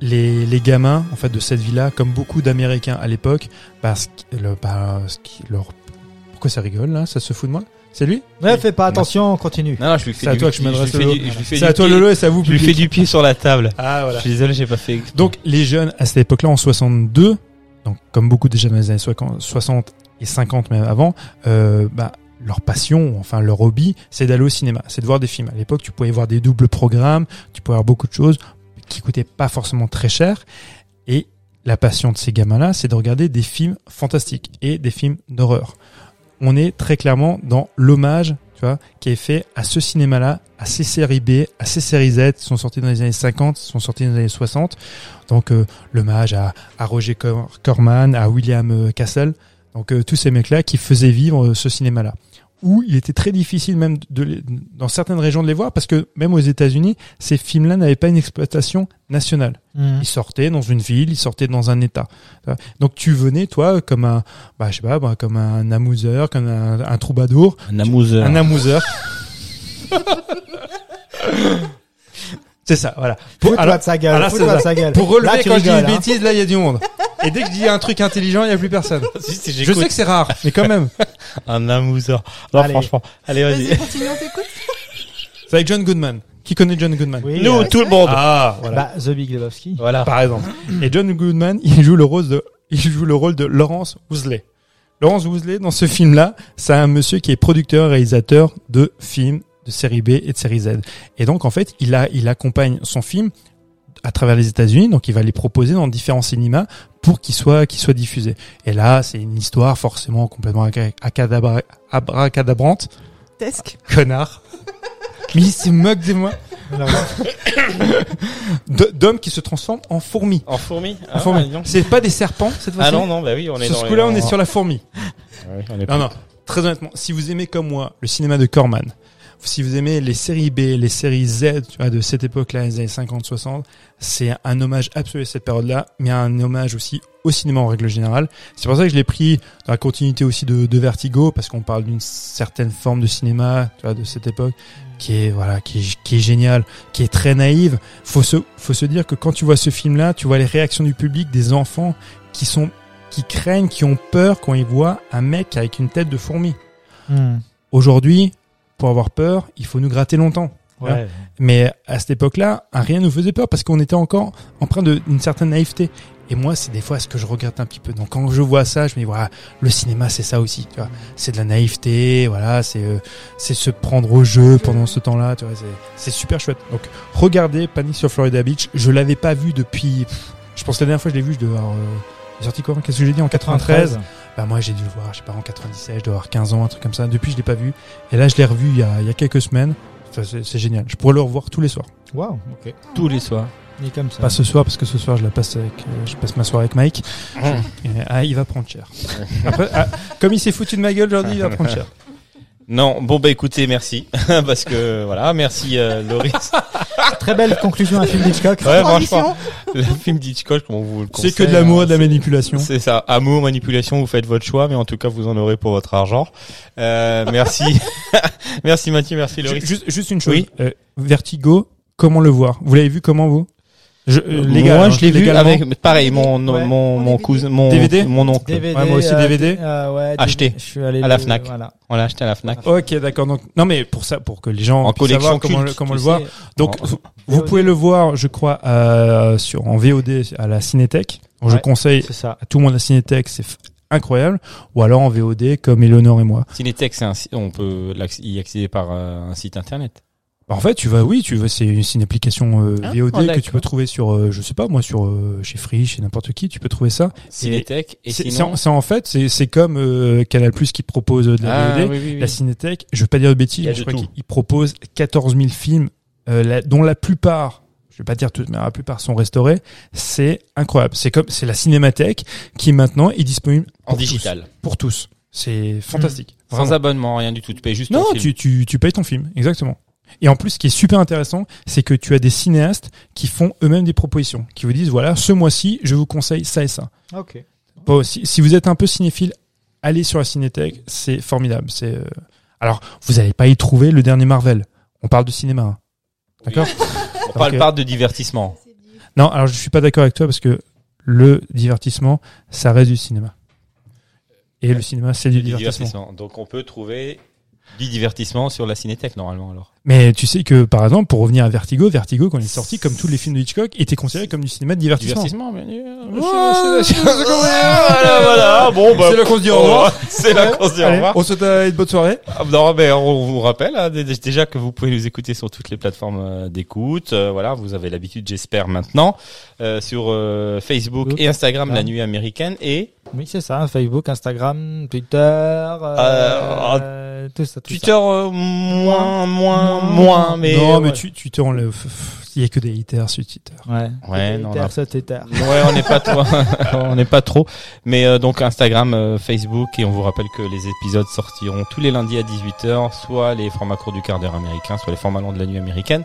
S7: Les, les gamins, en fait, de cette ville-là, comme beaucoup d'Américains à l'époque, parce que le, bah, ce qui leur, pourquoi ça rigole là Ça se fout de moi C'est lui
S6: Ouais, fais
S7: Bah.
S6: pas attention, continue.
S5: Non, non, je lui fais
S7: C'est à
S5: du-
S7: toi que je
S5: lui
S7: m'adresse.
S5: fais du-
S7: Lolo.
S5: je lui fais
S7: C'est
S5: du
S7: à toi
S5: pied-
S7: Lolo et c'est à vous.
S5: Je lui fais
S7: public.
S5: du pied sur la table.
S7: Ah voilà.
S5: Je suis désolé, j'ai pas fait. exprès.
S7: Donc les jeunes à cette époque-là, en 62, donc comme beaucoup déjà dans les années 60 et 50 même avant, euh, bah, leur passion, enfin leur hobby, c'est d'aller au cinéma, c'est de voir des films. À l'époque, tu pouvais voir des doubles programmes, tu pouvais voir beaucoup de choses qui coûtaient pas forcément très cher. Et la passion de ces gamins-là, c'est de regarder des films fantastiques et des films d'horreur. On est très clairement dans l'hommage, tu vois, qui est fait à ce cinéma-là, à ces séries B, à ces séries Z, qui sont sorties dans les années 50, qui sont sorties dans les années 60. Donc euh, l'hommage à, à Roger Cor- Corman, à William euh, Castle, donc euh, tous ces mecs-là qui faisaient vivre euh, ce cinéma-là. Où il était très difficile même de les- dans certaines régions de les voir parce que même aux États-Unis, ces films-là n'avaient pas une exploitation nationale.
S6: Mhm.
S7: Ils sortaient dans une ville, ils sortaient dans un état. Donc tu venais toi comme un, bah, je sais pas, bah, comme un amuseur, comme un, un troubadour,
S5: Un amuseur.
S7: un amuseur. C'est ça, voilà. Pour-
S6: Fous-toi
S7: alors-
S6: de sa gueule.
S7: ah, là,
S6: fous-toi
S7: c'est
S6: de sa gueule.
S7: pour relever
S6: Là, tu
S7: quand je dis
S6: rigoles,
S7: une
S6: hein.
S7: bêtise, là il y a du monde. Et dès que je dis un truc intelligent, il y a plus personne.
S5: Si, si,
S7: Je
S5: j'écoute.
S7: sais que c'est rare, mais quand même.
S5: Un amuseur. Non,
S6: Allez.
S5: franchement. Allez, vas-y.
S8: Vas-y, continue, on t'écoute.
S7: C'est avec John Goodman. Qui connaît John Goodman
S6: Oui,
S5: Nous,
S6: euh,
S5: tout le monde.
S7: Ah, voilà.
S6: bah, The Big Lebowski.
S5: Voilà.
S7: Par exemple. Et John Goodman, il joue le rôle de, il joue le rôle de Laurence Ousley. Laurence Ousley, dans ce film-là, c'est un monsieur qui est producteur, réalisateur de films de série B et de série Z. Et donc, en fait, il a, il accompagne son film à travers les États-Unis, donc il va les proposer dans différents cinémas pour qu'ils soient, qu'ils soient diffusés. Et là, c'est une histoire forcément complètement aca- acadabra- abracadabrante.
S8: Desk.
S7: Connard. Mais il se moque de moi. De- D'hommes qui se transforment en fourmis.
S5: En fourmi. hein,
S7: En fourmis. c'est pas des serpents cette fois-ci.
S5: Ah non, non, bah oui, on est
S7: Sur
S5: dans
S7: ce
S5: les-
S7: coup-là, on est sur la fourmi.
S5: Ouais, on est
S7: Non, non. Très honnêtement, si vous aimez comme moi le cinéma de Corman, si vous aimez les séries B, les séries Z tu vois, de cette époque-là, les années 50-60, c'est un hommage absolu à cette période-là, mais un hommage aussi au cinéma en règle générale. C'est pour ça que je l'ai pris dans la continuité aussi de, de Vertigo, parce qu'on parle d'une certaine forme de cinéma tu vois, de cette époque qui est voilà qui est, qui est géniale, qui est très naïve. Faut se faut se dire que quand tu vois ce film-là, tu vois les réactions du public, des enfants qui sont qui craignent, qui ont peur quand ils voient un mec avec une tête de fourmi.
S6: Hmm.
S7: Aujourd'hui, pour avoir peur, il faut nous gratter longtemps.
S6: Ouais.
S7: Mais à cette époque-là, rien nous faisait peur parce qu'on était encore empreint de- d'une certaine naïveté. Et moi, c'est des fois ce que je regrette un petit peu. Donc quand je vois ça, je me dis voilà, le cinéma c'est ça aussi, tu vois. C'est de la naïveté, voilà, c'est euh, c'est se prendre au jeu pendant ce temps-là, tu vois, c'est- c'est super chouette. Donc regardez Panic sur Florida Beach, je l'avais pas vu depuis pff, je pense que la dernière fois que je l'ai vu, je devais avoir euh, il est sorti quoi Qu'est-ce que j'ai dit en 93 bah moi j'ai dû le voir, je sais pas, en 97, je dois avoir 15 ans, un truc comme ça. Depuis je l'ai pas vu. Et là je l'ai revu il y a, il y a quelques semaines. Enfin, c'est c'est génial. Je pourrais le revoir tous les soirs.
S6: Waouh, ok.
S5: Tous les soirs.
S6: Il est comme ça.
S7: Pas ce soir parce que ce soir je la passe avec, euh, je passe ma soirée avec Mike. Et, ah il va prendre cher. Après, ah, comme il s'est foutu de ma gueule aujourd'hui, il va prendre cher.
S5: Non, bon bah écoutez, merci parce que voilà, merci euh, Loris.
S6: Très belle conclusion à un film d'Hitchcock.
S5: Ouais,
S8: Transition.
S5: franchement, le film d'Hitchcock, comment vous le conseille
S7: C'est que de l'amour,
S5: hein,
S7: de la
S5: c'est-
S7: manipulation.
S5: C'est ça, amour, manipulation, vous faites votre choix, mais en tout cas vous en aurez pour votre argent. Euh, merci, merci Mathieu, merci
S7: Ju-
S5: Loris.
S7: Juste, juste une chose.
S5: Oui.
S7: Euh, Vertigo, comment le voir Vous l'avez vu comment vous je, euh, légal,
S5: moi
S7: hein,
S5: je l'ai vu
S7: légalement.
S5: avec pareil mon
S6: Ouais,
S5: mon
S8: en
S5: mon
S8: DVD.
S5: cousin mon
S7: DVD.
S5: mon oncle
S6: DVD,
S7: Ouais, moi aussi,
S6: euh,
S7: DVD.
S6: euh, ouais,
S5: Acheté.
S6: Je suis allé
S5: À la
S6: le-
S5: Fnac.
S6: Voilà.
S5: on l'a acheté à la Fnac
S7: Ok, d'accord. Donc, non, mais pour ça, pour que les gens
S5: En
S7: puissent savoir
S5: collection
S7: comment, le-
S5: culte,
S7: comment
S5: tu
S7: le voir. Donc,
S5: En-
S7: vous- vous pouvez le voir, je crois, euh, sur en VOD à la Cinétech. Donc, Je
S6: Ouais.
S7: conseille
S6: C'est ça.
S7: à tout le monde la Cinétech, c'est f- incroyable. Ou alors en VOD comme Eleonore et moi.
S5: Cinétech c'est un si- on peut l'acc- y accéder par euh, un site internet
S7: Bah, En fait, tu vas, oui, tu vas, c'est une, c'est une application euh,
S5: Ah,
S7: VOD que tu
S5: d'accord.
S7: peux trouver sur, euh, je sais pas moi, sur euh, chez Free, chez n'importe qui, tu peux trouver ça.
S5: Cinétech et
S7: C'est
S5: sinon
S7: c'est en, c'est en fait, c'est c'est comme euh, Canal Plus qui propose de la
S5: Ah,
S7: VOD.
S5: oui, oui, oui.
S7: La Cinétech, je vais pas dire de
S5: Il
S7: bêtises,
S5: y a
S7: mais je
S5: de
S7: crois
S5: tout.
S7: qu'ils proposent 14 000 films, euh, la- dont la plupart, je vais pas dire toutes, mais la plupart sont restaurés. C'est incroyable. C'est comme, c'est la Cinémathèque qui maintenant est disponible
S5: en
S7: pour tous.
S5: digital Mm.
S7: pour tous. C'est fantastique. Vraiment.
S5: sans abonnement rien du tout tu payes juste
S7: non,
S5: ton film.
S7: tu, tu, tu payes ton film, exactement. Et en plus, ce qui est super intéressant, c'est que tu as des cinéastes qui font eux-mêmes des propositions, qui vous disent voilà, ce mois-ci, je vous conseille ça et ça.
S6: Ok.
S7: Bon, si, si vous êtes un peu cinéphile, allez sur la Cinétech, c'est formidable. C'est euh, alors vous n'allez pas y trouver le dernier Marvel. On parle de cinéma. hein. D'accord.
S5: on parle
S7: Ok.
S5: pas de divertissement
S7: Non, alors je suis pas d'accord avec toi parce que le divertissement, ça reste du cinéma. Et le cinéma, c'est du
S5: Du
S7: divertissement.
S5: divertissement. donc on peut trouver du divertissement sur la Cinétech normalement alors
S7: Mais tu sais que par exemple, pour revenir à Vertigo, Vertigo quand il est sorti, comme tous les films de Hitchcock, était considéré comme du cinéma de divertissement.
S5: divertissement bien sûr.
S7: Ouais,
S6: Oh,
S7: c'est- c'est- c'est-
S5: voilà voilà bon bah
S7: C'est là qu'on se dit au revoir.
S5: c'est là qu'on se dit au
S7: Allez,
S5: revoir
S7: on se souhaite euh, une bonne soirée.
S5: Ah, Non, mais on vous rappelle hein, dé- déjà que vous pouvez nous écouter sur toutes les plateformes euh, d'écoute. Euh, voilà, vous avez l'habitude, j'espère maintenant, euh, sur euh, Facebook
S6: Facebook.
S5: et Instagram,
S6: Ah.
S7: Hein
S5: la nuit américaine. Et
S6: Oui, c'est ça. Facebook, Instagram, Twitter, euh, tout ça. Tout
S5: Twitter, euh, moins, moins,
S6: Moins.
S5: moins, mais.
S7: non, mais
S5: ouais.
S7: tu, tu te rends le- Il y a que des haters sur Twitter.
S6: Ça. Ouais.
S5: Ouais,
S6: Twitter,
S5: non, là-
S6: ça, Twitter.
S5: Ouais, on n'est pas trop, on n'est pas trop. Mais euh, donc Instagram, euh, Facebook, et on vous rappelle que les épisodes sortiront tous les lundis à 18h, soit les formats courts du quart d'heure américain, soit les formats longs de la nuit américaine.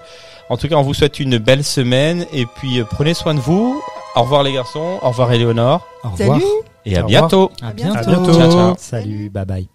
S5: En tout cas, on vous souhaite une belle semaine, et puis euh, prenez soin de vous. Au revoir les garçons, au revoir Eleonore,
S6: Au revoir.
S8: Salut.
S5: et à
S7: Au revoir.
S5: bientôt.
S6: À bientôt.
S8: bientôt.
S7: À bientôt.
S5: Ciao, ciao.
S6: Salut, bye bye.